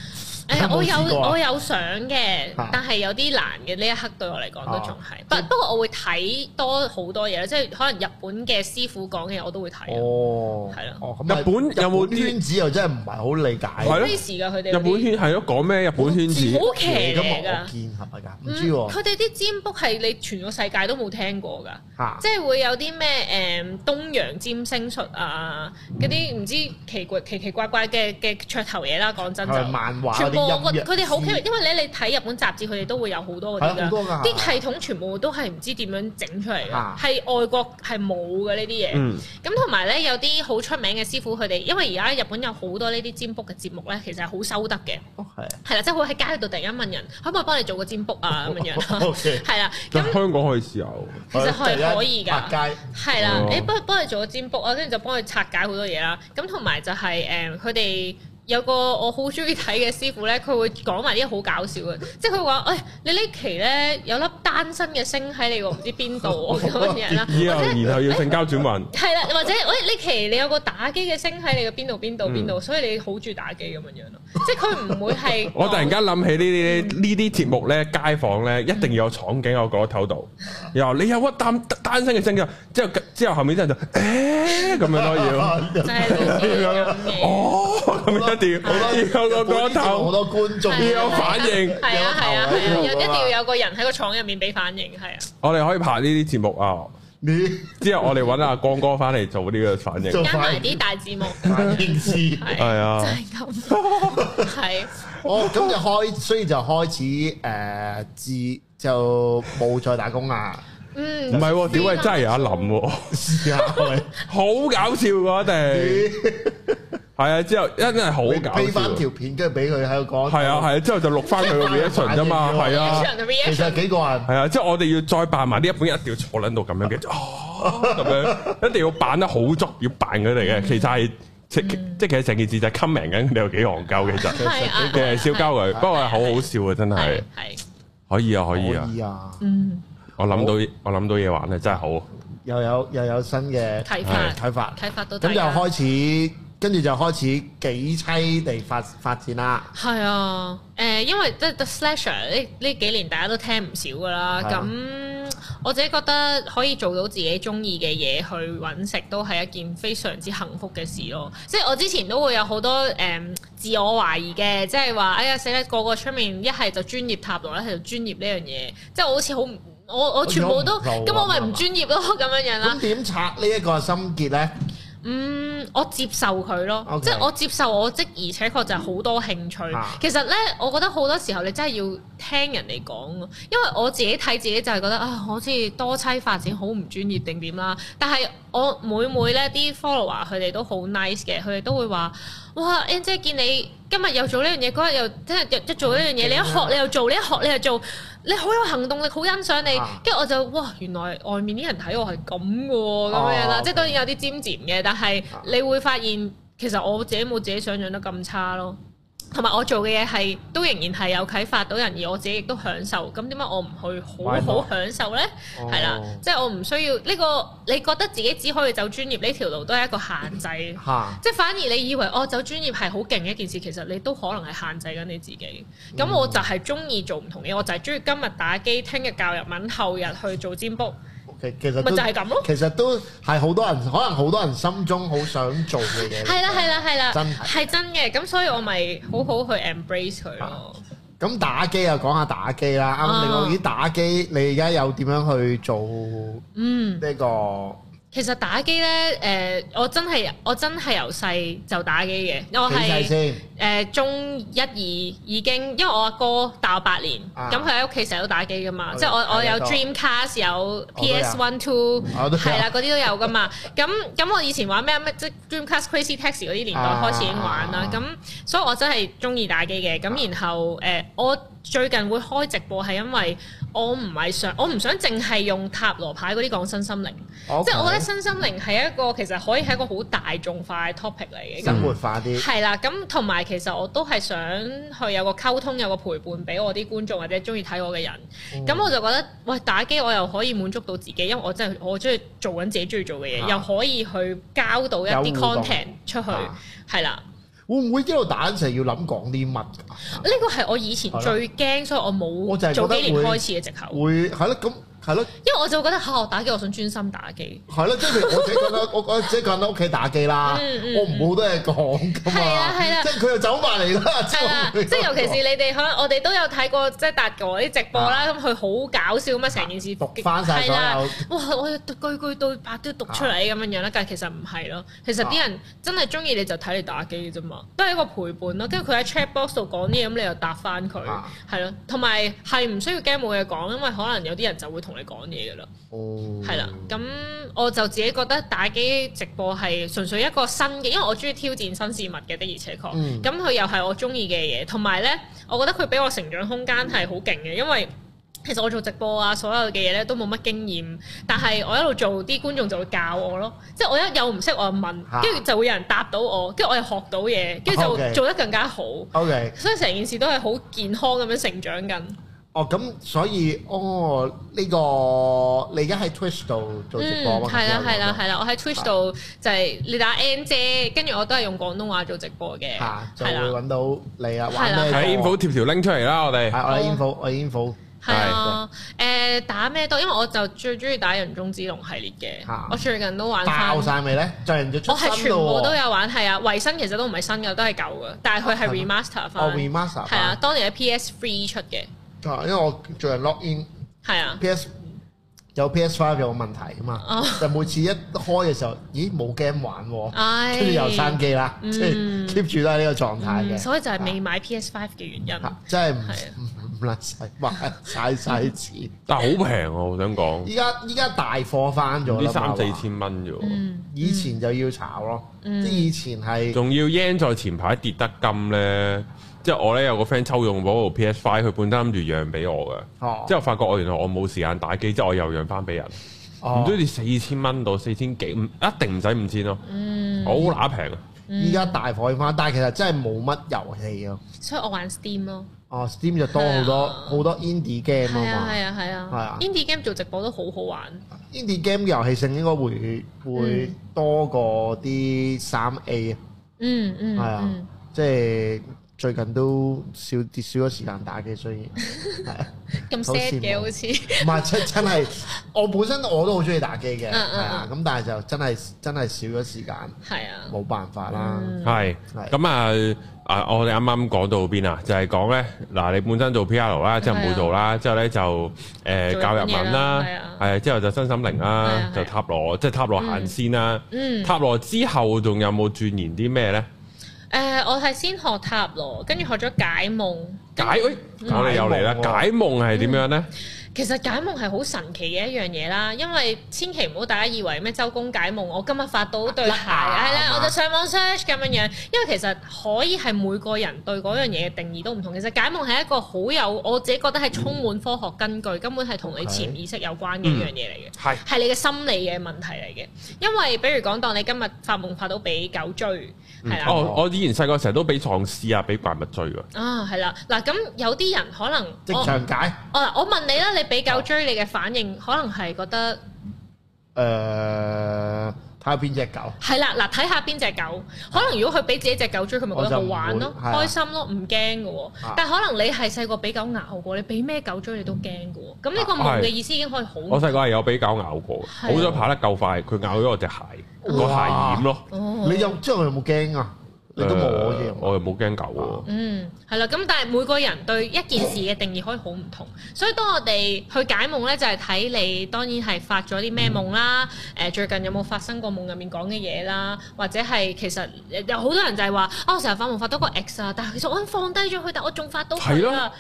Speaker 3: 誒、
Speaker 2: 有冇
Speaker 3: 我
Speaker 2: 試過
Speaker 3: 有
Speaker 2: 啊
Speaker 3: 我有想嘅
Speaker 2: 啊，
Speaker 3: 但係有啲難嘅呢一刻對我嚟講都仲係，
Speaker 2: 啊
Speaker 3: 不不過我會睇多好多嘢，即係可能日本嘅師傅講嘅我都會睇。啊
Speaker 2: 哦，
Speaker 3: 係啦
Speaker 2: 哦，咁啊
Speaker 1: 日本有冇
Speaker 2: 日本
Speaker 1: 啲
Speaker 2: 圈子又真係唔係好理解。
Speaker 1: 係咯
Speaker 3: 咩事㗎？佢哋
Speaker 1: 日
Speaker 3: 嗰
Speaker 1: 本
Speaker 3: 啲
Speaker 1: 圈係咯，講咩日本圈子？
Speaker 3: 好騎呢
Speaker 2: 咁我
Speaker 3: 㗎
Speaker 2: 我見係咪㗎？唔
Speaker 3: 嗯
Speaker 2: 知喎啊
Speaker 3: 佢哋啲占卜係你全個世界都冇聽過㗎。
Speaker 2: 嚇
Speaker 3: 即係會有啲咩誒東洋占星術啊，嗰啲唔知奇怪奇奇怪怪嘅嘅噱頭嘢啦，講真就
Speaker 2: 係咪漫畫
Speaker 3: 全
Speaker 2: 嗰
Speaker 3: 部
Speaker 2: 啲
Speaker 3: 我
Speaker 2: 音樂
Speaker 3: 佢哋好
Speaker 2: 師
Speaker 3: care，因為咧你睇日本雜誌，佢哋都會有好多嗰
Speaker 2: 係
Speaker 3: 啲
Speaker 2: 啊好
Speaker 3: 㗎，
Speaker 2: 多㗎
Speaker 3: 啲系統全部都係唔知點樣整出嚟
Speaker 2: 啊
Speaker 3: 㗎，係外國係冇嘅呢啲嘢。
Speaker 1: 嗯，
Speaker 3: 咁同埋咧有啲好出名嘅師傅，佢哋因為而家日本有好多呢啲占卜嘅節目咧，其實係好收得嘅，
Speaker 2: 哦係
Speaker 3: 係啦，即係會喺街度突然間問人可唔可以幫你做個占卜啊
Speaker 2: (laughs)
Speaker 3: 咁樣
Speaker 2: O
Speaker 3: 樣，
Speaker 2: K，
Speaker 3: 係啦，咁
Speaker 1: 但。香港可以試下喎。
Speaker 3: 其實係可以㗎
Speaker 2: 拍街
Speaker 3: 係啦
Speaker 1: 哦，
Speaker 3: 你幫幫佢做個占卜啊，跟住就幫佢拆解好多嘢啦。咁同埋就係、誒，佢、哋有個我好中意睇嘅師傅咧，佢會講埋啲好搞笑嘅，即係佢會話：，誒、你呢期咧有粒單身嘅星喺你個唔知邊度喎咁樣
Speaker 1: (laughs)
Speaker 3: 嘢啦，
Speaker 1: 以後
Speaker 3: 或者
Speaker 1: 然後要性交轉運，
Speaker 3: 係啦，或者喂呢期你有個打機嘅星喺你個邊度邊
Speaker 1: 嗯
Speaker 3: 度邊度，所以你好中意打機咁樣樣咯。即係佢唔會係
Speaker 1: (laughs) 我突然間諗起呢啲呢啲節目咧，街坊咧一定要有廠景喺個角頭度，然後你有屈單單身嘅聲音，之後之後後面啲人就誒咁樣咯
Speaker 3: (laughs)
Speaker 1: 要，
Speaker 2: 啊
Speaker 3: 就係類似呢啲咁嘅。
Speaker 1: 哦咁樣一定
Speaker 2: 好多
Speaker 1: 要，要有個角
Speaker 2: 好
Speaker 1: 頭，
Speaker 2: 多觀眾，
Speaker 1: 要有反應。
Speaker 3: 係啊係啊係啊，一
Speaker 2: 有個頭喺度㗎嘛
Speaker 3: 一定要有個人喺個廠入面俾反應，係啊。
Speaker 1: 我哋可以拍呢啲節目啊，
Speaker 2: 你
Speaker 1: 之後我哋揾阿光哥翻嚟做呢個反應，
Speaker 2: 做
Speaker 3: 加埋啲大字幕，
Speaker 2: 反應師。
Speaker 3: 係
Speaker 1: 係啊
Speaker 3: 就係咁，係
Speaker 2: 哦，咁就開， (laughs) 所以就開始誒自就冇再打工啊
Speaker 1: (laughs)
Speaker 2: 啦。
Speaker 3: 嗯，
Speaker 1: 唔係喎，屌喂真係有阿林喎，
Speaker 2: 試下 (laughs) 喂，
Speaker 1: 好搞笑喎一定，係啊之後真係好
Speaker 2: 你
Speaker 1: 搞
Speaker 2: 飛翻
Speaker 1: 笑。
Speaker 2: 條片，跟住俾佢喺度講。 (laughs)
Speaker 1: 係啊係啊，之後就錄翻佢個 reaction 啫嘛，係啊
Speaker 3: reaction 嘅
Speaker 2: 其
Speaker 3: reaction，
Speaker 2: 實幾個人
Speaker 1: 係啊，即係我哋要再扮埋呢一本一定要坐撚到咁樣嘅，哦 (laughs) 咁樣一定要扮得好足，要扮佢哋嘅，其實係即即係其實成件事就係 comment 緊佢哋有幾戇鳩，其實
Speaker 3: 係啊，
Speaker 1: 其實係燒鳩佢，不過係好好笑啊，真係
Speaker 3: 係係，
Speaker 1: 可以啊可以啊，
Speaker 2: 啊，
Speaker 3: 嗯，
Speaker 1: 我諗到我諗到嘢玩啊，真係好。
Speaker 2: 又有又有新嘅
Speaker 3: 睇法
Speaker 2: 睇法，
Speaker 3: 睇法到
Speaker 2: 咁
Speaker 3: 大
Speaker 2: 就
Speaker 3: 家
Speaker 2: 開始，跟住就開始幾妻地發發展啦。
Speaker 3: 係啊，誒，因為即係 The Slasher 呢呢幾年大家都聽唔少噶啦，
Speaker 2: 係啊
Speaker 3: 咁我自己覺得可以做到自己中意嘅嘢去揾食，都係一件非常之幸福嘅事咯。即係我之前都會有好多誒、嗯自我懷疑嘅，即係話哎呀死啦，個個出面一係就專業塔羅，一係就專業呢樣嘢，即係我好似好唔我我全部都
Speaker 2: 我都唔夠啊
Speaker 3: 咁，我咪唔專業咯咁樣樣啦
Speaker 2: 咁。點拆呢一個心結咧？
Speaker 3: 嗯，我接受佢咯
Speaker 2: OK
Speaker 3: 即係我接受我即而且確就係好多興趣。
Speaker 2: 啊
Speaker 3: 其實呢，我覺得好多時候你真係要聽人哋講咯，因為我自己睇自己就係覺得啊，好似多妻發展好唔專業定點啦。但係我每每呢啲 follower 佢哋都好 nice 嘅，佢哋都會話：哇，N 姐見你今日又做呢樣嘢，嗰日又聽日一做呢樣嘢，你一學你又做，你一學你又做，你好有行動力，好欣賞你
Speaker 2: 啊。
Speaker 3: 跟住我就哇，原來外面啲人睇我係咁嘅喎，咁樣
Speaker 2: 哦
Speaker 3: 啦，即
Speaker 2: OK 啊
Speaker 3: 係當然有啲尖尖嘅，但係你會發現其實我自己冇自己想像得咁差咯。同埋我做嘅嘢係都仍然係有啟發到人，而我自己亦都享受。咁點解我唔去好好享受呢？
Speaker 2: 哦
Speaker 3: 係啦、即係我唔需要呢、個。你覺得自己只可以走專業呢條路，都係一個限制。
Speaker 2: 嚇，
Speaker 3: 即係反而你以為哦走專業係好勁嘅一件事，其實你都可能係限制緊你自己。咁
Speaker 2: 嗯
Speaker 3: 我就係中意做唔同嘢，我就係中意今日打機，聽日教日文，後日去做占卜，
Speaker 2: 其其實
Speaker 3: 咪
Speaker 2: 都
Speaker 3: 就係咁咯。
Speaker 2: 其實都係好多人，可能好多人心中好想做嘅嘢。
Speaker 3: 係啦係啦係啦，
Speaker 2: 真係
Speaker 3: 係真嘅。咁所以我咪好好去 embrace 佢
Speaker 2: 啊
Speaker 3: 咯。
Speaker 2: 咁打機啊，講下打機啦。啱啱你講
Speaker 3: 啊
Speaker 2: 啲打機，你而家有點樣去做呢
Speaker 3: 嗯。
Speaker 2: 個？
Speaker 3: 其實打機咧，誒、我真係我真係由細就打機嘅，我
Speaker 2: 幾細
Speaker 3: 係誒、
Speaker 2: 先？
Speaker 3: 中一二已經，因為我阿哥大我八年，
Speaker 2: 啊
Speaker 3: 咁佢喺屋企成日都打機噶嘛，
Speaker 2: 我
Speaker 3: 即係我我有
Speaker 2: 我有
Speaker 3: Dreamcast 有
Speaker 2: 都有
Speaker 3: PS One Two，
Speaker 2: 我都有啊
Speaker 3: 係啦嗰啲都有噶嘛，咁咁我以前玩咩咩即係 Dreamcast Crazy Taxi 嗰啲年代
Speaker 2: 啊
Speaker 3: 開始已經玩啦，咁、所以我真係中意打機嘅，
Speaker 2: 啊
Speaker 3: 咁然後誒、呃我最近會開直播係因為我唔係想我唔想淨係用塔羅牌嗰啲講身心靈。即係我覺得
Speaker 2: OK，
Speaker 3: 身心靈係一個其實可以係一個好大眾化嘅 topic 嚟嘅。咁
Speaker 2: 生活化啲。
Speaker 3: 係啦，咁同埋其實我都係想去有個溝通，有個陪伴俾我啲觀眾或者中意睇我嘅人。咁、我就覺得，喂，打機我又可以滿足到自己，因為我真係我中意做緊自己中意做嘅嘢，
Speaker 2: 啊
Speaker 3: 又可以去交到一
Speaker 2: 有
Speaker 3: 啲
Speaker 2: 互動
Speaker 3: content 出去
Speaker 2: 啊，
Speaker 3: 係啦、
Speaker 2: 會唔會一路打嘅時候要諗講啲乜㗎？
Speaker 3: (laughs) 呢個係我以前
Speaker 2: 係咯
Speaker 3: 最驚，所以我
Speaker 2: 我
Speaker 3: 冇
Speaker 2: 就係覺
Speaker 3: 早
Speaker 2: 得
Speaker 3: 幾年
Speaker 2: 會
Speaker 3: 開始嘅藉口，
Speaker 2: 會係咯，咁係咯，
Speaker 3: 因為我就覺得嚇、我打機我想專心打
Speaker 2: (laughs)
Speaker 3: 機。
Speaker 2: 係咯，即係譬如我自己覺得，我我自己覺得屋企打機啦，
Speaker 3: 嗯嗯
Speaker 2: 我唔會好多嘢講噶
Speaker 3: 係啊
Speaker 2: 嘛，
Speaker 3: 係啊
Speaker 2: 即係佢又走埋嚟啦，
Speaker 3: 係啦，即係尤其是你哋可能我哋都有睇過即係達哥啲直播啦，咁佢好搞笑咁啊，成件事
Speaker 2: 啊讀翻晒所
Speaker 3: 係啦
Speaker 2: 有。
Speaker 3: 哇！我要句句對白都讀出嚟咁樣樣啦，但係其實唔係咯，其實啲人真係中意你就睇你打機嘅啫嘛，都係一個陪伴咯。跟住佢喺 chat box 度講啲嘢，咁你又答翻佢，
Speaker 2: 啊
Speaker 3: 係咯，同埋係唔需要驚冇嘢講，因為可能有啲人就會同你講嘢噶啦。係
Speaker 2: 係
Speaker 3: 啦，咁我就自己覺得打機直播係純粹一個新嘅，因為我中意挑戰新事物嘅，的而且確。
Speaker 2: 嗯
Speaker 3: 咁佢、又係我中意嘅嘢，同埋呢，我覺得佢俾我成長空間係好勁嘅，因為其實我做直播啊，所有嘅嘢呢都冇乜經驗，但係我一路做啲觀眾就會教我咯，即係我一有唔識我就問
Speaker 2: 嚇，哦
Speaker 3: 跟住就會有人答到我，跟住我又學到嘢，跟住就
Speaker 2: OK
Speaker 3: 做得更加好。
Speaker 2: OK，
Speaker 3: 所以成件事都係好健康咁樣成長緊。
Speaker 2: 哦咁所以哦呢個你而家喺 Twitch 度做直播啊嘛，
Speaker 3: 嗯係啦係啦
Speaker 2: 啦，
Speaker 3: 係啦，我喺 Twitch 度就係你打 N 姐，跟住我都係用廣東話做直播嘅，
Speaker 2: 嚇就
Speaker 3: 係
Speaker 2: 會
Speaker 3: 啦，
Speaker 2: 揾到你啦，啊
Speaker 3: 係啦哦
Speaker 2: 玩咩
Speaker 1: 喺
Speaker 2: 歌
Speaker 1: info 貼條 link 出嚟啦，我哋
Speaker 2: 啊？係我喺 info，我喺 info。
Speaker 3: 係啊，誒打咩都，因為我就最中意打人中之龍系列
Speaker 2: 嚇
Speaker 3: 嘅，我最近都玩翻
Speaker 2: 爆。晒未咧？最近就出
Speaker 3: 我係
Speaker 2: 新
Speaker 3: 全部
Speaker 2: 咯
Speaker 3: 都
Speaker 2: 喎，
Speaker 3: 有玩，係啊，維新其實都唔係新嘅，都係舊嘅，但係佢係
Speaker 2: 係咩
Speaker 3: remaster
Speaker 2: 哦
Speaker 3: 翻，
Speaker 2: remaster
Speaker 3: 係啊，當年喺 PS Three 出嘅，
Speaker 2: 啊，因為我最近 log in。
Speaker 3: 係啊，
Speaker 2: PS 有 PS Five 有個問題啊嘛
Speaker 3: 哦，
Speaker 2: 就每次一開嘅時候，咦冇 game 玩喎，
Speaker 3: 唉，
Speaker 2: 跟住又閂機啦，(laughs)
Speaker 3: 嗯
Speaker 2: 即係 keep 住都係呢個狀態
Speaker 3: 嗯
Speaker 2: 嘅，
Speaker 3: 所以就係未買 PS Five 嘅原因，
Speaker 2: 啊真係唔
Speaker 3: 係啊
Speaker 2: 唔唔甩晒，買晒晒錢。
Speaker 1: 但係好平啊！我想講，
Speaker 2: 依家依家大貨翻咗
Speaker 1: 呢
Speaker 2: 啦
Speaker 1: 三
Speaker 2: 嘛
Speaker 1: 四，千蚊啫喎，
Speaker 3: 嗯，
Speaker 2: 以前就要炒咯，
Speaker 3: 嗯
Speaker 2: 即係以前係
Speaker 1: 仲要 yen 在前排跌得金咧，即係我咧有個 friend 抽中嗰部 PS Five，佢本身諗住讓俾我嘅。
Speaker 2: 哦
Speaker 1: 之後發覺我原來我冇時間打機，之後我又讓翻俾人，唔
Speaker 2: 哦
Speaker 1: 知好似四千蚊到四千幾，唔一定唔使五千咯，
Speaker 3: 嗯，
Speaker 1: 好乸平啊！
Speaker 2: 依家大貨翻，但係其實真係冇乜遊戲咯。
Speaker 3: 所以我玩 Steam 咯。
Speaker 2: 哦，Steam 就多好多
Speaker 3: 係啊
Speaker 2: 好多 indie game 啊
Speaker 3: 係啊
Speaker 2: 嘛。
Speaker 3: 係啊係
Speaker 2: 係啊
Speaker 3: 啊！indie game 做直播都好好玩，
Speaker 2: indie game 嘅遊戲性應該會會多過啲三 A 啊，
Speaker 3: 嗯嗯
Speaker 2: 係啊
Speaker 3: 嗯，，
Speaker 2: 即係最近都少跌少咗時間打機，雖然係啊
Speaker 3: 咁
Speaker 2: 好
Speaker 3: sad
Speaker 2: 羨
Speaker 3: 嘅
Speaker 2: 慕
Speaker 3: 好似，
Speaker 2: (laughs) 唔係真真係我本身我都好中意打機嘅，
Speaker 3: 嗯
Speaker 2: 係
Speaker 3: 嗯嗯
Speaker 2: 啊，咁但係就真係真係少咗時間，
Speaker 3: 係啊，
Speaker 2: 冇辦法啦，
Speaker 3: 嗯
Speaker 1: 係
Speaker 2: 係
Speaker 1: 咁啊！啊！我哋啱啱講到邊啊？就係講咧，嗱，你本身做 P.R. 啦，之後冇做啦，之後咧就誒
Speaker 3: 啊做日
Speaker 1: 教日
Speaker 3: 本嘢
Speaker 1: 文
Speaker 3: 啦
Speaker 1: 啦
Speaker 3: 係啊，
Speaker 1: 係之後就身心靈
Speaker 3: 係
Speaker 1: 啦
Speaker 3: 啊，
Speaker 1: 就
Speaker 3: 係啊
Speaker 1: 塔羅，即係塔羅行先啦。
Speaker 3: 嗯，
Speaker 1: 塔羅之後仲有冇鑽研啲咩咧？
Speaker 3: 誒我係先學塔羅，跟住學咗解夢，
Speaker 1: 解喂，
Speaker 2: 嗯
Speaker 1: 我哋又嚟啦！解
Speaker 2: 解夢喎
Speaker 1: 夢係點樣咧？
Speaker 3: 其實解夢係好神奇嘅一樣嘢啦，因為千祈唔好大家以為咩周公解夢，我今日發到對鞋，
Speaker 2: 甩
Speaker 3: 係
Speaker 2: 牙
Speaker 3: 啦，
Speaker 2: 嘛
Speaker 3: 我就上網 search 咁樣樣。因為其實可以係每個人對嗰樣嘢嘅定義都唔同。其實解夢係一個好有，我自己覺得係充滿科學根據，根本係同你
Speaker 2: OK 嗯
Speaker 3: 潛意識有關嘅一樣嘢嚟嘅。
Speaker 1: 係
Speaker 3: 係你嘅心理嘅問題嚟嘅，因為比如講，當你今日發夢發到俾狗追，係
Speaker 2: 嗯哦
Speaker 3: 啦，
Speaker 1: 我我以前細個成日都俾喪屍啊，俾怪物追㗎。
Speaker 3: 啊係啦，嗱咁有啲人可能
Speaker 2: 即
Speaker 3: 我
Speaker 2: 場解。哦
Speaker 3: 我我問你啦，你俾狗追你嘅反應，可能係覺得
Speaker 2: 誒，睇下邊只狗。
Speaker 3: 係啦，嗱睇下邊只狗，可能如果佢俾自己只狗追，佢咪覺
Speaker 2: 我
Speaker 3: 得
Speaker 2: 就
Speaker 3: 好
Speaker 2: 唔會
Speaker 3: 玩咯，
Speaker 2: 係啊
Speaker 3: 開心咯，唔驚嘅喎
Speaker 2: 啊。
Speaker 3: 但可能你係細個俾狗咬過，你俾咩狗追你都驚嘅喎。咁呢個
Speaker 1: 啊
Speaker 3: 夢嘅意思已經可以好
Speaker 1: 我細個係有俾狗咬過嘅，
Speaker 3: 係啊
Speaker 1: 好彩跑得夠快，佢咬咗我隻鞋，個鞋
Speaker 2: 哇
Speaker 1: 染咯。
Speaker 3: 哦
Speaker 2: 你有之後有冇驚啊？你都冇我
Speaker 1: 誒
Speaker 2: 啫。
Speaker 1: 我又冇驚狗
Speaker 3: 嗯，係啦，咁但係每個人對一件事嘅定義可以好唔同，所以當我哋去解夢呢，就係、睇你當然係發咗啲咩夢啦，誒、最近有冇發生過夢入面講嘅嘢啦，或者係其實呃有好多人就係話，啊我成日發夢發到個 X 啊，但係其實我已經放低咗佢，但我仲發到
Speaker 1: 係
Speaker 3: 佢
Speaker 1: 咯
Speaker 3: 啊。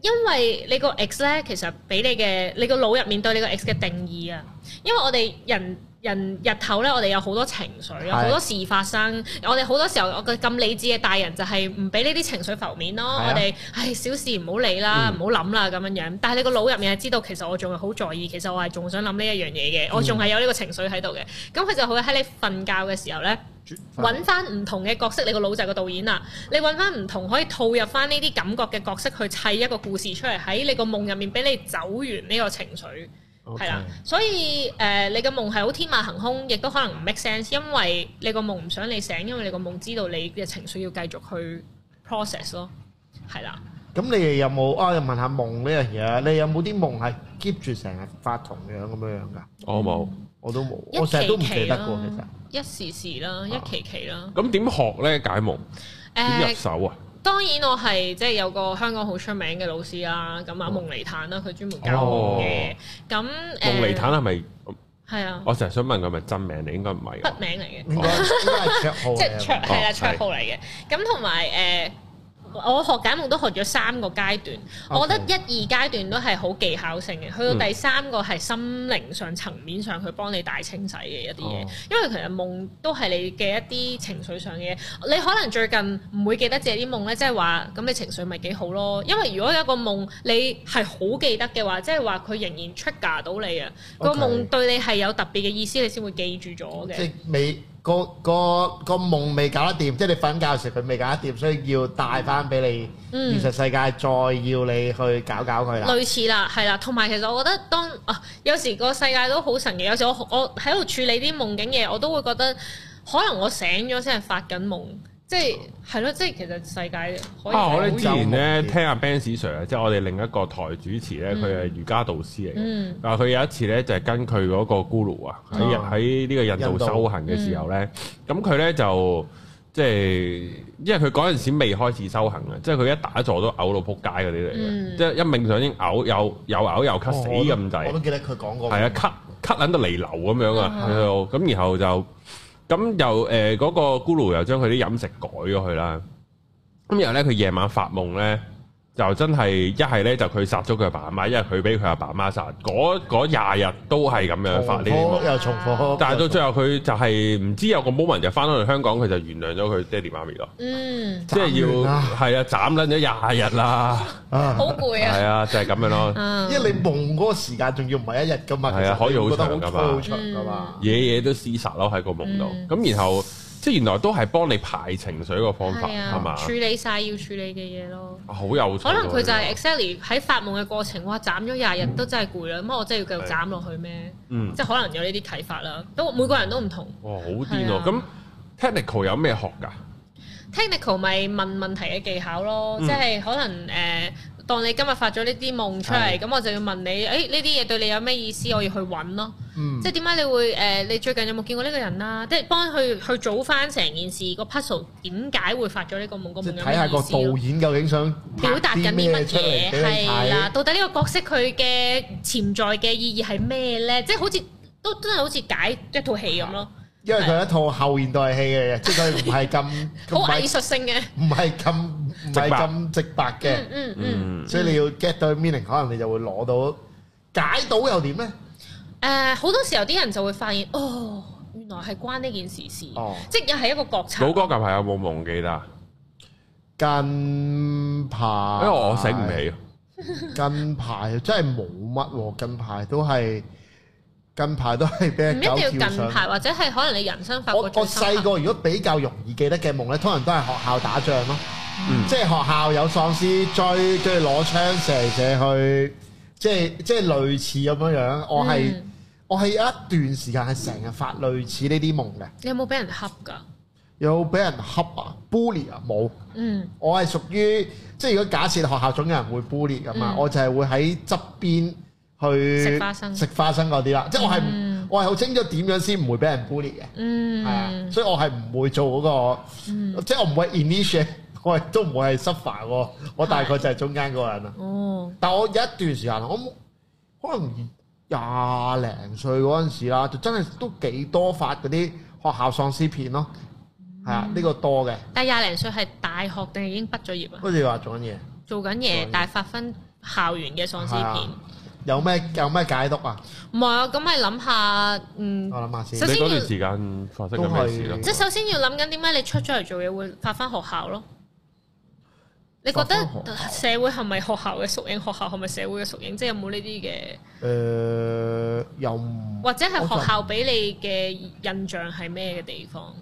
Speaker 3: 因為你個 X 咧，其實俾你嘅你個腦入面對你個 X 嘅定義啊，因為我哋人人日頭咧，我哋有好多情緒，有好多事發生，我哋好多時候我嘅咁理智嘅大人就係唔俾呢啲情緒浮面咯，
Speaker 2: 係啊
Speaker 3: 我哋唉小事唔好理啦，唔好諗啦咁樣樣。但係你個腦入面係知道，其實我仲係好在意，其實我係仲想諗呢一樣嘢嘅，我仲係有呢個情緒喺度嘅。咁佢就會喺你瞓覺嘅時候咧。揾翻唔同嘅角色，你個腦就係個導演啦。你揾翻唔同可以套入翻呢啲感覺嘅角色去砌一個故事出嚟，喺你個夢入面俾你走完呢個情緒，係啦。所以誒、呃你個夢係好天馬行空，亦都可能唔 make sense，因為你個夢唔想你醒，因為你個夢知道你嘅情緒要繼續去 process 咯，係啦。
Speaker 2: 咁你哋有冇啊？又問下夢呢樣嘢，你有冇啲夢係 keep 住成日發同樣咁樣樣㗎？
Speaker 1: 喎，我冇。
Speaker 2: 我都冇，
Speaker 3: 一
Speaker 2: 我成日都唔
Speaker 3: 期
Speaker 2: 記
Speaker 3: 期
Speaker 2: 得
Speaker 3: 啦
Speaker 2: 喎。其實，
Speaker 3: 嗯一時時啦，
Speaker 2: 啊
Speaker 3: 一期期啦。
Speaker 1: 咁點學咧解夢？點入
Speaker 3: 誒
Speaker 1: 手啊？
Speaker 3: 當然我係即係有個香港好出名嘅老師啦，咁
Speaker 1: 哦
Speaker 3: 啊夢妮坦啦，佢專門教我嘅。咁
Speaker 1: 夢
Speaker 3: 誒
Speaker 1: 哦尼坦係哦咪？
Speaker 3: 係啊，
Speaker 1: 我成日想問佢係咪真名，你應該唔係啊。
Speaker 3: 筆名嚟嘅，
Speaker 2: 應該應該係卓浩
Speaker 3: 即係綽
Speaker 2: 嚟嘅。
Speaker 3: 係啦
Speaker 1: 哦
Speaker 3: 綽號嚟嘅。咁同埋誒，我學解夢都學咗三個階段，我覺得一二階段都係好技巧性嘅，去
Speaker 2: 嗯
Speaker 3: 到第三個係心靈上層面上去幫你大清洗嘅一啲嘢
Speaker 2: 哦，
Speaker 3: 因為其實夢都係你嘅一啲情緒上嘅嘢。你可能最近唔會記得自己啲夢咧，即係話咁你情緒咪幾好咯。因為如果有一個夢你係好記得嘅話，即係話佢仍然 trigger 到你啊，個
Speaker 2: OK
Speaker 3: 夢對你係有特別嘅意思，你先會記住咗嘅
Speaker 2: 即。係未個個個夢未搞得掂，即係你瞓覺嘅時候佢未搞得掂，所以要帶翻俾你
Speaker 3: 嗯
Speaker 2: 現實世界，再要你去搞搞佢啦。
Speaker 3: 類似啦，係啦，同埋其實我覺得當啊，有時個世界都好神奇，有時我我喺度處理啲夢境嘢，我都會覺得可能我醒咗先係發緊夢，即係係咯，即係其實世界可以
Speaker 1: 啊！我
Speaker 3: 好
Speaker 1: 哋之前咧
Speaker 2: 有夢
Speaker 1: 聽阿 Ben Sir，即係我哋另一個台主持咧，佢係瑜伽導師嚟嘅。
Speaker 3: 嗯
Speaker 1: 但係佢有一次咧，就係跟佢嗰個 guru 啊，喺
Speaker 2: 哦
Speaker 1: 喺呢個印度修行嘅時候咧，咁佢咧就即係因為佢嗰陣時未開始修行啊，即係佢一打坐都嘔到撲街嗰啲嚟嘅，
Speaker 3: 嗯
Speaker 1: 即係一冥想已經嘔，又又嘔又咳
Speaker 2: 哦
Speaker 1: 死
Speaker 2: 我
Speaker 1: 咁
Speaker 2: 都我都
Speaker 1: 滯，
Speaker 2: 記得佢講過。
Speaker 1: 係啊，咳咳撚到離流咁樣啊，喺度咁然後就咁又誒嗰個 guru 又將佢啲飲食改咗佢啦，咁然後咧佢夜晚發夢咧。就真係一係咧就佢殺咗佢阿爸阿媽，一係佢俾佢阿爸阿媽殺。嗰嗰廿日都係咁樣發呢啲
Speaker 2: 重
Speaker 1: 夢
Speaker 2: 複又重複，
Speaker 1: 但係到最後佢就係唔知有個 moment 就翻到嚟香港，佢就原諒咗佢爹哋媽咪咯，
Speaker 3: 嗯，
Speaker 1: 即係
Speaker 2: 斬
Speaker 1: 要
Speaker 2: 完啦
Speaker 1: 係啊斬撚咗廿日啦，
Speaker 2: 啊
Speaker 3: 好攰
Speaker 1: 係
Speaker 3: 啊，
Speaker 1: 啊就係咁樣咯，
Speaker 3: 嗯
Speaker 2: 因為你夢嗰個時間仲要唔係一日噶嘛，
Speaker 1: 係啊
Speaker 2: 其實你
Speaker 1: 可以好
Speaker 2: 會覺得
Speaker 1: 長㗎嘛
Speaker 2: 好長噶嘛。
Speaker 1: 嘢嘢都廝殺咯喺個夢度，
Speaker 3: 嗯
Speaker 1: 咁然後即係原來都係幫你排情緒個方法
Speaker 3: 係
Speaker 1: 係嘛
Speaker 3: 啊，，處理晒要處理嘅嘢咯。
Speaker 1: 好有趣
Speaker 3: 可
Speaker 1: 喎
Speaker 3: 能佢就係
Speaker 1: 呢
Speaker 3: exactly 喺發夢嘅過程，哇斬咗廿日都真係攰啦，咁我真係要繼續斬落去咩？
Speaker 1: 個嗯
Speaker 3: 即係可能有呢啲啟發啦，都每個人都唔同。
Speaker 1: 哇好癲
Speaker 3: 係
Speaker 1: 喎，
Speaker 3: 啊
Speaker 1: 咁 technical 有咩學㗎？
Speaker 3: technical 咪問問題嘅技巧咯，
Speaker 1: 嗯
Speaker 3: 即係可能誒、呃，當你今日發咗呢啲夢出
Speaker 2: 係
Speaker 3: 嚟，咁我就要問你，誒呢啲嘢對你有咩意思？我要去揾咯，
Speaker 2: 嗯
Speaker 3: 即係點解你會誒、呃你最近有冇見過呢個人啊？即係幫佢去組翻成件事個 puzzle，點解會發咗呢個夢？個夢
Speaker 2: 即
Speaker 3: 有
Speaker 2: 係睇下
Speaker 3: 咩
Speaker 2: 個
Speaker 3: 意思
Speaker 2: 導
Speaker 3: 咯？
Speaker 2: 演究竟想拍
Speaker 3: 表達緊啲乜
Speaker 2: 出嚟俾
Speaker 3: 嘢
Speaker 2: 你
Speaker 3: 係啦？
Speaker 2: 睇。
Speaker 3: 到底呢個角色佢嘅潛在嘅意義係咩咧？即係好似都真係好似解一套戲咁咯，
Speaker 2: 因為佢係一套後現代戲嚟嘅，即係佢唔係咁
Speaker 3: 好
Speaker 2: 唔係
Speaker 3: 藝術性嘅，
Speaker 2: 唔係咁唔係咁直白嘅，
Speaker 3: 嗯嗯嗯
Speaker 1: 嗯
Speaker 2: 所以你要 get 到 meaning，可能你就會攞到解到又點咧？
Speaker 3: 誒呃好多時候啲人就會發現，哦，原來係關呢件事事，
Speaker 2: 哦
Speaker 3: 即係又係一個覺察。
Speaker 1: 老哥近排有冇夢記得啊？
Speaker 2: 近排
Speaker 3: 啊
Speaker 1: 因為哎我醒唔，起，啊
Speaker 2: 近排真係冇乜喎，近排都係近排都係俾
Speaker 3: 唔
Speaker 2: 人
Speaker 3: 一
Speaker 2: 搞
Speaker 3: 定
Speaker 2: 跳
Speaker 3: 要近
Speaker 2: 上。
Speaker 3: 排，或者係可能你人生發
Speaker 2: 我
Speaker 3: 過最
Speaker 2: 我
Speaker 3: 深
Speaker 2: 細
Speaker 3: 刻。
Speaker 2: 個如果比較容易記得嘅夢咧，通常都係學校打仗咯，
Speaker 1: 嗯
Speaker 2: 即係學校有喪屍追，跟住攞槍射嚟射去，即係即係類似咁樣樣。我係、
Speaker 3: 嗯
Speaker 2: 我係有一段時間係成日發類似呢啲夢嘅，
Speaker 3: 你有冇俾人恰㗎？
Speaker 2: 有俾人恰啊、bully 啊冇。
Speaker 3: 嗯
Speaker 2: 我係屬於即係如果假設學校總有人會 bully 咁嘛，
Speaker 3: 嗯
Speaker 2: 我就係會喺側邊去
Speaker 3: 食花生
Speaker 2: 食花生嗰啲啦。即係我係唔
Speaker 3: 嗯
Speaker 2: 我係好清楚點樣先唔會俾人 bully 嘅，係啊，
Speaker 3: 嗯，
Speaker 2: 所以我係唔會做嗰、個，即係我唔會 initiate，我亦都唔會係 suffer 喎。我大概就係中間嗰個人啊啦。
Speaker 3: 哦，
Speaker 2: 但我有一段時間，我冇可能廿零歲嗰陣時啦，就真係都幾多發嗰啲學校喪屍片咯。係
Speaker 3: 嗯
Speaker 2: 啊，呢、個多嘅，
Speaker 3: 但係廿零歲係大學定係已經畢咗業啊？
Speaker 2: 好似話做緊嘢。
Speaker 3: 做緊
Speaker 2: 做緊
Speaker 3: 嘢
Speaker 2: 嘢，啊
Speaker 3: 但係發分校園嘅喪屍片。
Speaker 2: 有咩有咩解讀啊？
Speaker 3: 唔係啊，咁咪諗下，嗯
Speaker 2: 我，諗下
Speaker 1: 你
Speaker 2: 先
Speaker 3: 實。
Speaker 1: 嗰段時間發生緊咩事咯
Speaker 2: 都係？
Speaker 3: 即係首先要諗緊點解你出咗嚟做嘢會發翻學校咯？你覺得
Speaker 2: 發返
Speaker 3: 社會係咪學校嘅縮影？學校係咪社會嘅縮影？即係有冇呢啲嘅？
Speaker 2: 誒，呃又唔
Speaker 3: 或者係
Speaker 2: 我就
Speaker 3: 學校俾你嘅印象係咩嘅地方？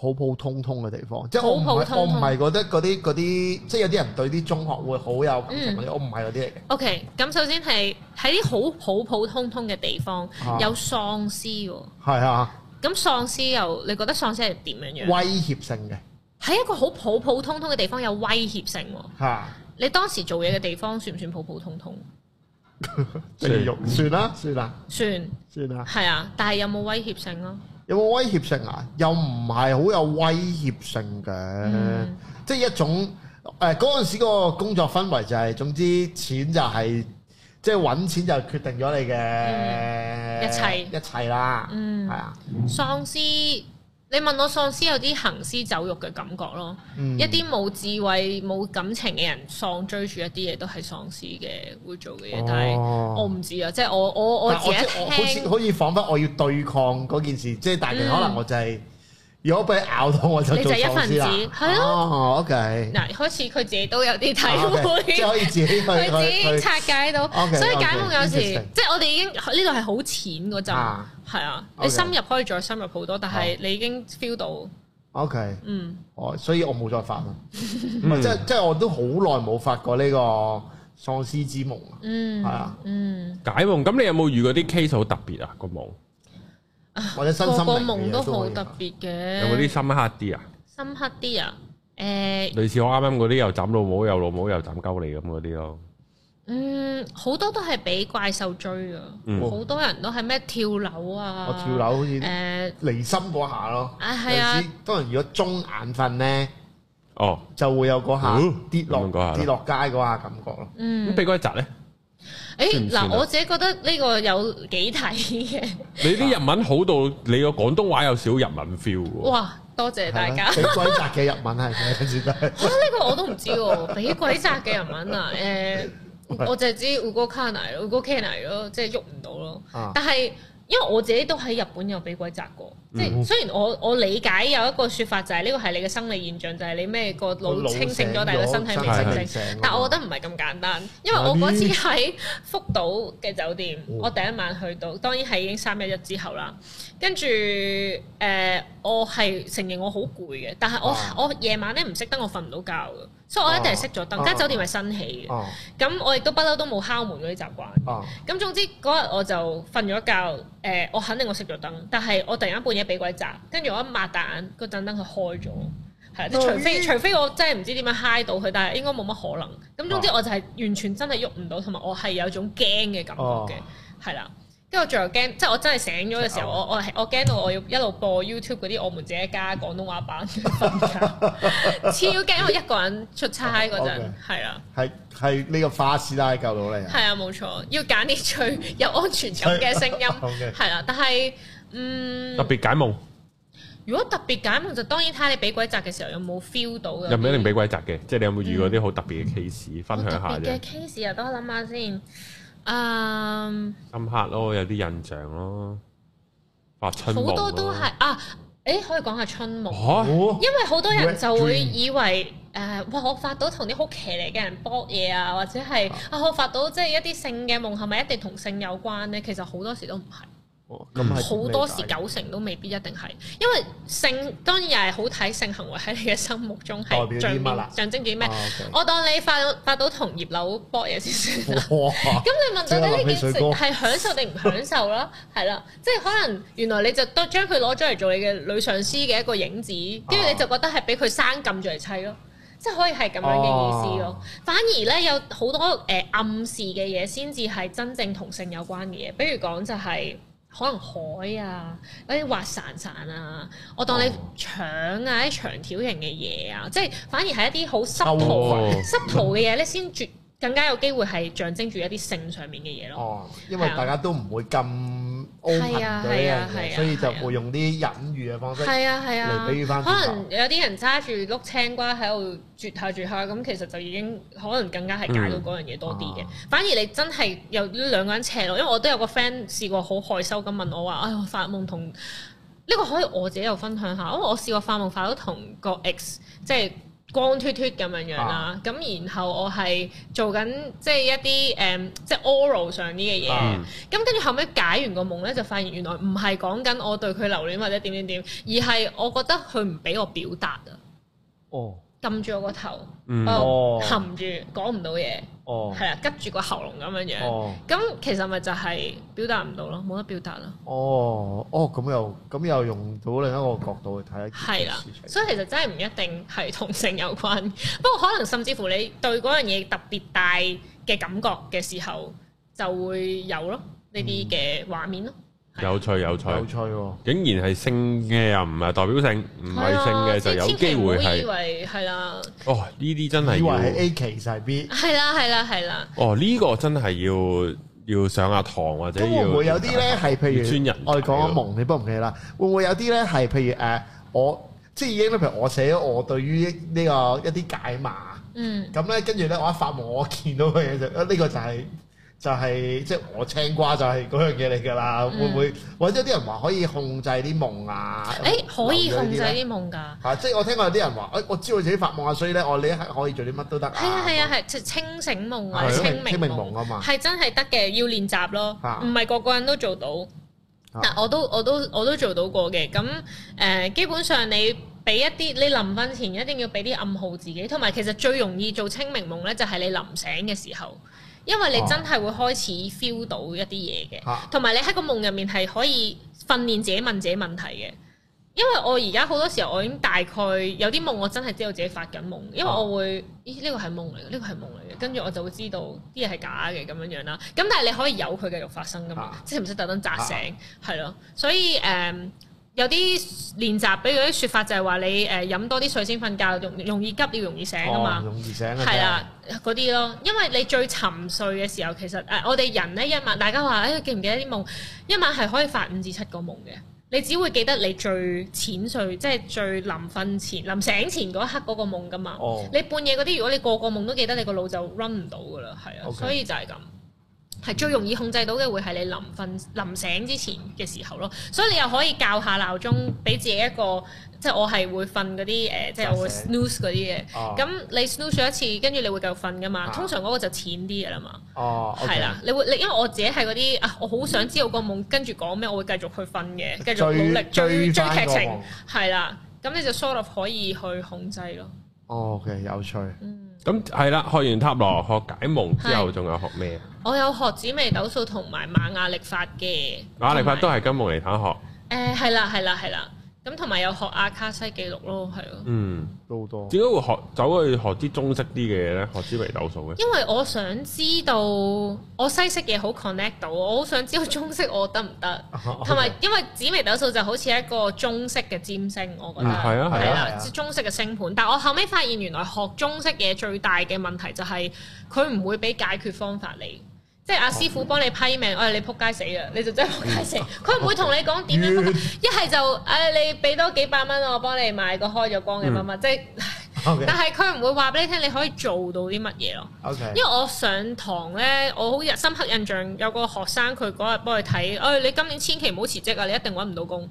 Speaker 2: 普普通通嘅地方，即係我唔
Speaker 3: 普普
Speaker 2: 係
Speaker 3: 通
Speaker 2: 我
Speaker 3: 通
Speaker 2: 唔係覺得嗰啲嗰啲，即係有啲人對啲中學會好有
Speaker 3: 嗯
Speaker 2: 感情嗰啲，我唔係嗰啲嚟嘅。
Speaker 3: OK，咁首先係喺啲好普普通通嘅地方、
Speaker 2: 啊
Speaker 3: 有喪屍喎，
Speaker 2: 係啊，
Speaker 3: 咁喪屍又你覺得喪屍係點
Speaker 2: 威
Speaker 3: 樣樣？
Speaker 2: 脅性嘅
Speaker 3: 喺一個好普普通通嘅地方有威脅性喎，
Speaker 2: 嚇，
Speaker 3: 你當時做嘢嘅地方算唔算普普通通？
Speaker 2: 地獄算啦，算啦，
Speaker 3: 算
Speaker 2: 算啦。
Speaker 3: 係啊，但係有冇威脅性咯？
Speaker 2: 有冇威脅性啊？又唔係好有威脅性嘅，
Speaker 3: 嗯
Speaker 2: 即係一種誒嗰陣時個工作氛圍就係、總之錢就係、即係揾錢就決定咗你嘅、
Speaker 3: 嗯一切
Speaker 2: 一切啦，
Speaker 3: 嗯
Speaker 2: 係啊，
Speaker 3: 喪屍，你問我喪屍有啲行屍走肉嘅感覺咯，
Speaker 2: 嗯
Speaker 3: 一啲冇智慧、冇感情嘅人喪追住一啲嘢都係喪屍嘅會做嘅嘢，但係
Speaker 2: 哦
Speaker 3: 我唔知啊，即係我我我
Speaker 2: 但
Speaker 3: 自己
Speaker 2: 即係我好
Speaker 3: 一
Speaker 2: 似
Speaker 3: 聽。
Speaker 2: 好似彷彿我要對抗嗰件事，即係但係其實
Speaker 3: 嗯
Speaker 2: 可能我就係、如果俾咬到我就
Speaker 3: 你就
Speaker 2: 做
Speaker 3: 係一
Speaker 2: 喪
Speaker 3: 份
Speaker 2: 屍啦，
Speaker 3: 子係啊
Speaker 2: 哦，OK，
Speaker 3: 嗱，開始佢自己都有啲體
Speaker 2: 啊，OK，即
Speaker 3: (laughs)
Speaker 2: 係
Speaker 3: 會，
Speaker 2: 可以自己去
Speaker 3: 佢自
Speaker 2: 去
Speaker 3: 己
Speaker 2: 去
Speaker 3: 拆解到，
Speaker 2: OK，
Speaker 3: 所以解夢有
Speaker 2: OK，
Speaker 3: 時
Speaker 2: interesting
Speaker 3: 即係我哋已經呢度係好淺嗰陣，
Speaker 2: 啊
Speaker 3: 係啊，
Speaker 2: OK 啊
Speaker 3: 你深入可以再深入好多，但係你已經 feel 到，
Speaker 2: ，OK。
Speaker 3: 嗯，
Speaker 2: 哦，所以我冇再發啦，唔係即係即係我都好耐冇發過呢個喪屍之夢啊，
Speaker 3: 嗯，
Speaker 2: 係啊，
Speaker 3: 嗯，
Speaker 1: 解夢咁你有冇遇過啲 case 好特別啊？個夢
Speaker 2: 或者新
Speaker 3: 個
Speaker 2: 心
Speaker 3: 個
Speaker 2: 靈
Speaker 3: 夢
Speaker 2: 嘅
Speaker 3: 都
Speaker 2: 嘢都
Speaker 3: 好
Speaker 2: 可以啊
Speaker 3: 特
Speaker 2: 發
Speaker 3: 別
Speaker 1: 有
Speaker 3: 嘅，
Speaker 1: 冇啲深刻啲啊？
Speaker 3: 深刻啲啊？誒，
Speaker 1: 類似我啱啱嗰啲又斬老母，又老母又斬鳩你咁嗰啲咯。
Speaker 3: 嗯，好多都係俾怪獸追啊，
Speaker 1: 嗯
Speaker 3: 好多人都係咩跳樓啊，
Speaker 2: 我哦跳樓好似
Speaker 3: 誒，
Speaker 2: 離心嗰下咯，
Speaker 3: 啊係啊
Speaker 2: 有時當然如果中眼瞓咧，
Speaker 1: 哦，
Speaker 2: 就會有嗰
Speaker 1: 哦
Speaker 2: 下跌落
Speaker 1: 咁樣嗰下咯
Speaker 2: 跌落街嗰下感覺咯，
Speaker 3: 嗯
Speaker 1: 咁。俾嗰一集咧，算
Speaker 3: 誒
Speaker 1: 唔算啊
Speaker 3: 嗱，我自己覺得呢個有幾睇嘅，
Speaker 1: 你啲日文好到你個廣東話有少日文 feel 喎。
Speaker 3: 哇！多謝大家。
Speaker 2: 係啦啊俾鬼宅嘅日文係嘅，先
Speaker 3: (laughs)
Speaker 2: 得
Speaker 3: 嚇呢個我都唔知喎，俾鬼殺嘅人
Speaker 2: (laughs)
Speaker 3: 文啊！誒，我就係知 Ugo Kana、Ugo Kana 咯，即係喐唔到咯
Speaker 2: 啊。
Speaker 3: 但係因為我自己都喺日本有俾鬼殺過，
Speaker 2: 嗯
Speaker 3: 即係雖然我我理解有一個説法就係呢個係你嘅生理現象，就係你咩個腦清醒咗，但係個身體
Speaker 2: 個
Speaker 1: 腦
Speaker 3: 未
Speaker 2: 清醒
Speaker 3: 清醒
Speaker 2: 咗。
Speaker 3: 但我覺得唔係咁簡單，因為我嗰次喺福島嘅酒店，
Speaker 2: 嗯
Speaker 3: 我第一晚去到，當然係已經三一一之後啦。跟住誒、呃我係承認我好攰嘅，但係我、
Speaker 2: 啊
Speaker 3: 我夜晚咧唔熄燈，我瞓唔到覺嘅，所以我一定係熄咗燈。
Speaker 2: 啊
Speaker 3: 間、酒店係新起嘅，
Speaker 2: 哦
Speaker 3: 咁、我亦都不嬲都冇敲門嗰啲習慣。
Speaker 2: 哦
Speaker 3: 咁總之嗰日我就瞓咗覺，誒、我肯定我熄咗燈，但係我突然間半夜俾鬼砸，跟住我一擘大眼，個盞燈佢開咗，係
Speaker 2: 哦
Speaker 3: 啊啦，即係除非除非我真係唔知點樣嗨到佢，但係應該冇乜可能。咁總之
Speaker 2: 哦
Speaker 3: 我就係完全真係喐唔到，同埋我係有種驚嘅感覺嘅
Speaker 2: 哦，
Speaker 3: 係啦、跟住我最後驚，即係我真係醒咗嘅時候，我我係我驚到我要一路播 YouTube 嗰啲我們自己家廣東話版瞓
Speaker 2: (laughs)
Speaker 3: 覺，超驚！我一個人出差嗰陣
Speaker 2: 哦 OK，
Speaker 3: 係啦。
Speaker 2: 係係呢個花師奶救到你啊！
Speaker 3: 係啊，冇錯，要揀啲最有安全感嘅聲音，
Speaker 1: (laughs)
Speaker 2: OK
Speaker 3: 係啦。但係，嗯
Speaker 1: 特，別解夢
Speaker 3: 如果特別解夢就當然睇下你俾鬼砸嘅時候有冇 feel 到嘅。
Speaker 1: 又唔一定俾鬼砸嘅，即係你有冇遇過啲好特別嘅 case 分享下
Speaker 3: 嗯好特別嘅
Speaker 1: 啫？
Speaker 3: case 啊，等我諗下先。嗯，
Speaker 1: 深刻咯，有啲印象咯，發春夢
Speaker 3: 好
Speaker 1: 咯
Speaker 3: 多都係啊，誒可以講下春夢。
Speaker 1: 嚇
Speaker 3: 哦
Speaker 2: 哦
Speaker 3: 因為好多人
Speaker 2: Wet
Speaker 3: 就會
Speaker 2: dream
Speaker 3: 以為誒、哇！我發到同啲好騎呢嘅人搏嘢啊，或者係啊，我發到即係一啲性嘅夢，係咪一定同性有關呢？其實好多時都唔係，
Speaker 2: 哦咁係
Speaker 3: 好多時九成都未必一定係，因為性當然又係好睇性行為喺你嘅心目中
Speaker 2: 代表
Speaker 3: 係
Speaker 2: 啲
Speaker 3: 象
Speaker 2: 乜啦
Speaker 3: 徵象徵住咩
Speaker 2: 啊？，OK
Speaker 3: 我當你發到發到同葉柳搏嘢先算啦。
Speaker 2: 哦哇！
Speaker 3: 咁你問到底呢件事
Speaker 2: 即刻諗起
Speaker 3: 係享受定唔享受啦？係啦，即係可能原來你就當將佢攞咗嚟做你嘅女上司嘅一個影子，跟住你就覺得係俾佢生撳住嚟砌咯，即係可以係咁樣嘅意思咯。反而咧有好多誒、呃暗示嘅嘢先至係真正同性有關嘅嘢，比如講就係、可能海啊，嗰啲滑潺潺啊，我當你腸啊，啲長條形嘅嘢啊，即係反而係一啲好濕
Speaker 2: 哦
Speaker 3: 婆
Speaker 1: 哦
Speaker 3: 濕圖嘅嘢咧，先絕更加有機會係象徵住一啲性上面嘅嘢咯。
Speaker 2: 哦，因為大家都唔會咁 open
Speaker 3: 啊係啊
Speaker 2: 咗呢樣
Speaker 3: 係
Speaker 2: 嘢，
Speaker 3: 啊
Speaker 2: 所以就
Speaker 3: 係啊
Speaker 2: 會用啲隱喻嘅方式。
Speaker 3: 係啊係
Speaker 2: 嚟比喻返
Speaker 3: 啊，可能有啲人揸住碌青瓜喺度啜下啜下，咁其實就已經可能更加係解到嗰樣嘢多啲嘅。
Speaker 2: 嗯啊
Speaker 3: 反而你真係有兩個人斜落，因為我都有個 friend 試過好害羞咁問我話：，哎，我發夢同呢個可以我自己又分享下，因為我試過發夢發到同個 ex 即係。光脱脱咁樣樣
Speaker 2: 啊
Speaker 3: 啦，咁、然後我係做緊即係一啲誒、嗯即係 oral 上啲嘅嘢，
Speaker 1: 嗯
Speaker 2: 啊
Speaker 3: 咁跟住後尾解完個夢咧，就發現原來唔係講緊我對佢留戀或者點點點，而係我覺得佢唔俾我表達啊，
Speaker 2: 哦
Speaker 3: 撳住我個頭，
Speaker 1: 嗯
Speaker 3: 我
Speaker 2: 哦
Speaker 3: 含住講唔到嘢，
Speaker 2: 哦
Speaker 3: 係啊啦，拮住個喉嚨咁樣樣。
Speaker 2: 哦
Speaker 3: 咁其實咪就係表達唔到咯，冇得表達咯，
Speaker 2: 哦哦，咁又咁又用到另一個角度去睇一
Speaker 3: 係
Speaker 2: 件
Speaker 3: 啦
Speaker 2: 事。情。
Speaker 3: 所以其實真係唔一定係同性有關，不過可能甚至乎你對嗰樣嘢特別大嘅感覺嘅時候，就會有咯呢啲嘅畫面咯。
Speaker 1: 有趣有趣，
Speaker 2: 有趣喎！
Speaker 1: 竟然係性嘅又唔係代表性，唔係性嘅就有機會
Speaker 3: 係啊即係千祈唔好以
Speaker 1: 係
Speaker 3: 為係啦，
Speaker 1: 哦呢啲真係
Speaker 2: 以為
Speaker 1: 要
Speaker 2: 係 A 其實係 B，
Speaker 3: 係啦，係啦，係啦。
Speaker 1: 哦呢個真係要要上下堂或者
Speaker 2: 咁會
Speaker 1: 要
Speaker 2: 唔會有啲咧係
Speaker 1: 要專
Speaker 2: 譬
Speaker 1: 人
Speaker 2: 如我哋講緊夢，你不唔記得啦？會唔會有啲咧係譬如誒我即係已經咧，譬如我寫咗我對於呢個一啲解碼。
Speaker 3: 嗯，
Speaker 2: 咁咧，跟住咧，我一發夢，我見到嘅嘢就，啊呢、個就係、就係即係我青瓜就係嗰樣嘢嚟㗎啦，
Speaker 3: 嗯
Speaker 2: 會唔會？或者有啲人話可以控制啲夢啊？
Speaker 3: 誒、可以控制
Speaker 2: 留意呢
Speaker 3: 啲夢㗎，係啊，
Speaker 2: 嚇、即係我聽過有啲人話，誒、我知道自己發夢啊，所以咧我呢一刻可以做啲乜都得啊。
Speaker 3: 係啊，係即係清醒夢或
Speaker 2: 係
Speaker 3: 者
Speaker 2: 清
Speaker 3: 清
Speaker 2: 明
Speaker 3: 明
Speaker 2: 清明夢啊嘛
Speaker 3: 係真係得嘅，要練習咯
Speaker 2: 啊，
Speaker 3: 唔係個個人都做到，
Speaker 2: 啊
Speaker 3: 但我都我都我都做到過嘅。咁誒、基本上你。俾一啲你臨瞓前一定要俾啲暗號自己，同埋其實最容易做清明夢咧，就係你臨醒嘅時候，因為你
Speaker 2: 啊
Speaker 3: 真係會開始 feel 到一啲嘢嘅。
Speaker 2: 嚇
Speaker 3: 同埋你喺個夢入面係可以訓練自己問自己問題嘅。因為我而家好多時候我已經大概有啲夢我真係知道自己發緊夢，因為
Speaker 2: 啊
Speaker 3: 我會咦呢個係夢嚟嘅，呢個係夢嚟嘅，跟住我就會知道啲嘢係假嘅咁樣樣啦。咁但係你可以由佢繼續發生噶嘛，
Speaker 2: 啊
Speaker 3: 即係唔使特登砸醒，係咯、所以誒、嗯有啲練習，比如有啲説法就係話你誒飲、多啲水先瞓覺，容容易急尿容易醒啊嘛。
Speaker 2: 哦，容易醒嘅啫
Speaker 3: 係啦，嗰啲咯，因為你最沉睡嘅時候，其實誒、我哋人咧一晚，大家話誒、哎記唔記得啲夢？一晚係可以發五至七個夢嘅，你只會記得你最淺睡，即係最臨瞓前、臨醒前嗰一刻嗰個夢噶嘛。
Speaker 2: 哦
Speaker 3: 你半夜嗰啲，如果你個個夢都記得，你個腦就 run 唔到噶啦，係啊
Speaker 2: OK
Speaker 3: 所以就係咁。係最容易控制到嘅會係你臨瞓臨醒之前嘅時候咯，所以你又可以校下鬧鐘，俾自己一個即係我係會瞓嗰啲誒，即係我會
Speaker 2: 扎醒
Speaker 3: snooze 嗰啲嘢。
Speaker 2: 哦
Speaker 3: 咁你 snooze 咗一次，跟住你會繼續瞓噶嘛？
Speaker 2: 啊
Speaker 3: 通常嗰個就淺啲嘅啦嘛，
Speaker 2: 哦，
Speaker 3: 係啦。你會你因為我自己係嗰啲啊，我好想知道個夢跟住講咩，我會繼續去瞓嘅，繼續努力追
Speaker 2: 追
Speaker 3: 追
Speaker 2: 翻
Speaker 3: 劇
Speaker 2: 個
Speaker 3: 情
Speaker 2: 夢，
Speaker 3: 係啦。咁你就 sort of 可以去控制咯。嗯
Speaker 2: 哦，OK，有趣。
Speaker 1: 咁係啦，學完塔羅學解夢之後，
Speaker 3: 係
Speaker 1: 仲有學咩啊？
Speaker 3: 我有學紫微斗數同埋瑪雅歷法嘅，
Speaker 1: 馬力法都係金夢尼坦學，
Speaker 3: 誒係啦係啦係啦。咁同埋有學阿卡西記錄咯，係咯。
Speaker 1: 嗯，
Speaker 2: 都好多
Speaker 1: 點解會學走去學啲中式啲嘅嘢咧？學紫微斗數嘅，
Speaker 3: 因為我想知道我西式嘢好 connect 到，我好想知道中式我得唔得， (laughs)
Speaker 1: 哦
Speaker 2: (laughs)
Speaker 3: 同埋因為紫微斗數就好似一個中式嘅占星，我覺得
Speaker 1: 嗯係啊係啊
Speaker 2: 係啊
Speaker 3: 啦，中式嘅星盤。但我後尾發現原來學中式嘢最大嘅問題就係佢唔會俾解決方法你。即係阿師傅幫你批命，我、哎、你撲街死啊！你就真係撲街死。
Speaker 1: 嗯
Speaker 3: 佢唔會同你講
Speaker 1: (laughs)
Speaker 3: 點
Speaker 1: 嗯
Speaker 3: 樣撲街，一係就誒、哎你俾多幾百蚊我幫你買個開咗光嘅乜乜，即係
Speaker 2: OK
Speaker 3: 但係佢唔會話俾你聽你可以做到啲乜嘢咯。
Speaker 2: OK，
Speaker 3: 因為我上堂咧，我好深刻印象有個學生佢嗰日幫佢睇，誒、哎、你今年千祈唔好辭職啊，你一定揾唔到工。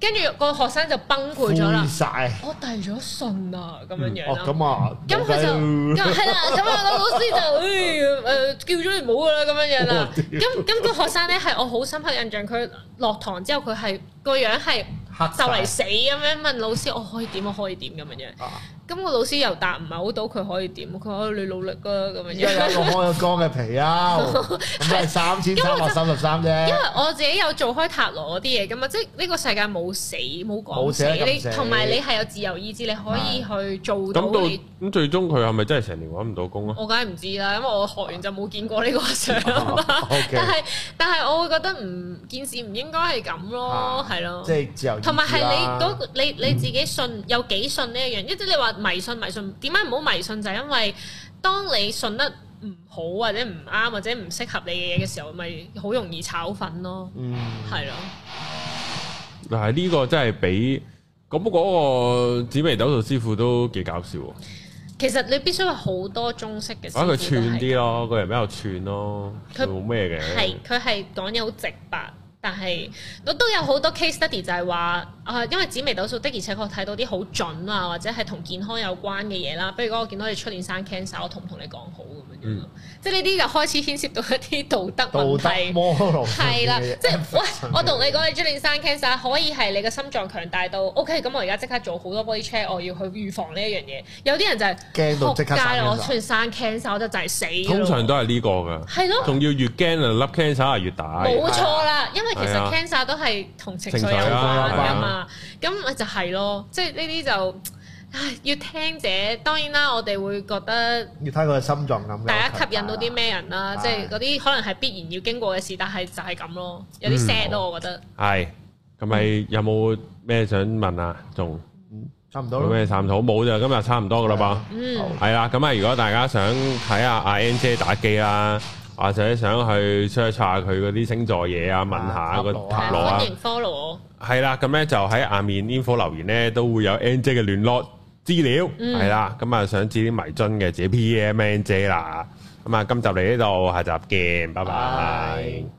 Speaker 3: 跟住個學生就崩潰咗啦
Speaker 2: 攰，晒。
Speaker 3: 我遞咗信啊咁樣樣
Speaker 2: 哦
Speaker 3: 啦。
Speaker 2: 咁啊，
Speaker 3: 咁佢就
Speaker 2: 冇計
Speaker 3: 咁係啦，咁啊個老師就誒哎誒叫咗你唔好噶啦咁樣樣
Speaker 2: (laughs)
Speaker 3: 啦。
Speaker 2: 我哦屌
Speaker 3: 咁咁個學生咧係我好深刻印象，佢落堂之後佢係個樣係
Speaker 2: 黑
Speaker 3: 就嚟
Speaker 2: 晒
Speaker 3: 死咁樣問老師我可以點我可以點咁樣樣。
Speaker 2: 啊
Speaker 3: 咁個老師又答唔係好到佢可以點，佢話哦你努力啦咁樣
Speaker 2: 而
Speaker 3: 樣。
Speaker 2: 家有一個啊開咗光嘅皮
Speaker 3: (laughs)
Speaker 2: 啊，咁係三千三百三十三
Speaker 3: 因為
Speaker 2: 啫。
Speaker 3: 我自己有做開塔羅嗰啲嘢噶嘛，即係呢個世界冇死冇講
Speaker 2: 冇死
Speaker 3: 死，
Speaker 2: 得咁
Speaker 3: 你
Speaker 2: 死
Speaker 3: 同埋你係有自由意志，你可以去做到
Speaker 1: 咁到
Speaker 3: 你。
Speaker 1: 咁最終佢係咪真係成年揾唔到工啊？
Speaker 3: 我梗係唔知啦，因為我學完就冇見過呢個
Speaker 2: (laughs)
Speaker 3: 相 (laughs) 啦。但
Speaker 2: O
Speaker 3: 係但係我會覺得唔件事唔應該係咁咯，係
Speaker 2: K，
Speaker 3: 咯
Speaker 2: 啊即。係自由意志啦。
Speaker 3: 同埋係你嗰個你你自己信有幾信呢一樣，即係你話迷信迷信，點解唔好迷信就係因為當你信得唔好或者唔啱或者唔適合你嘅嘢嘅時候，咪好容易炒粉咯，
Speaker 2: 嗯
Speaker 3: 係咯。
Speaker 1: 嗱，呢個真係俾咁嗰個紫微斗數師傅都幾搞笑喎！
Speaker 3: 其實你必須有好多中式嘅師
Speaker 1: 啊，
Speaker 3: 傅都
Speaker 1: 佢
Speaker 3: 係
Speaker 1: 串啲，咯，個人比較串咯，
Speaker 3: 佢
Speaker 1: 佢冇咩嘅。
Speaker 3: 係佢係講嘢好直白，但係我都有好多 case study 就係話啊，因為紫微斗數的而且確睇到啲好準啊，或者係同健康有關嘅嘢啦。比如講，我見到你出年生 cancer，我同唔同你講好咁樣樣咯？
Speaker 1: 嗯
Speaker 3: 即係呢啲就開始牽涉到一啲道德
Speaker 2: 道
Speaker 3: 問
Speaker 2: 德
Speaker 3: 題。
Speaker 2: 魔羅 (laughs)
Speaker 3: 係啦，即係喂，我同你講，你朱令生 cancer 可以係你嘅心臟強大到 OK，咁我而家即刻做好多 body check，我要去預防呢一樣嘢。有啲人就係
Speaker 2: 驚到即刻
Speaker 3: 仆
Speaker 2: 生
Speaker 3: 街啦，我
Speaker 2: cancer
Speaker 3: 出年生 cancer 我就就係死㗎咯。
Speaker 1: 通常都係呢個㗎，
Speaker 3: 係咯，
Speaker 1: 仲要越驚啊，粒 cancer 係越大。
Speaker 3: 冇啊錯啦，因為其實
Speaker 1: 係啊
Speaker 3: cancer 都係同情緒
Speaker 1: 情緒
Speaker 3: 有關
Speaker 1: 啊
Speaker 3: 㗎嘛，咁咪就係咯，即係呢啲就唉要聽者，當然啦，我哋會覺得。
Speaker 2: (laughs) 要睇佢嘅心臟咁。
Speaker 3: 大家吸引到啲？咩人啦，
Speaker 2: 係
Speaker 3: 即係嗰啲可能係必然要經過嘅事，但係就係咁咯，有
Speaker 1: 嗯
Speaker 3: 啲 sad 咯，我覺得。
Speaker 1: 係咁咪有冇咩想問啊？仲
Speaker 2: 差唔多
Speaker 1: 有
Speaker 2: 咯。
Speaker 1: 咩探討冇就今日差唔多㗎啦噃。
Speaker 3: 嗯，
Speaker 1: 係啦，咁啊，如果大家想睇下阿 N 姐打機啦，或者想去 search 下佢嗰啲星座嘢啊，問下個塔
Speaker 3: 係
Speaker 1: 羅啊
Speaker 3: 歡，迎 follow 我。
Speaker 1: 係啦，咁咧就喺下面 info 留言咧都會有 N 姐嘅聯絡資料，係啦，咁啊想知啲迷津嘅自己 PM N 姐啦，咁啊今集嚟呢度，下集見，拜拜
Speaker 2: 拜。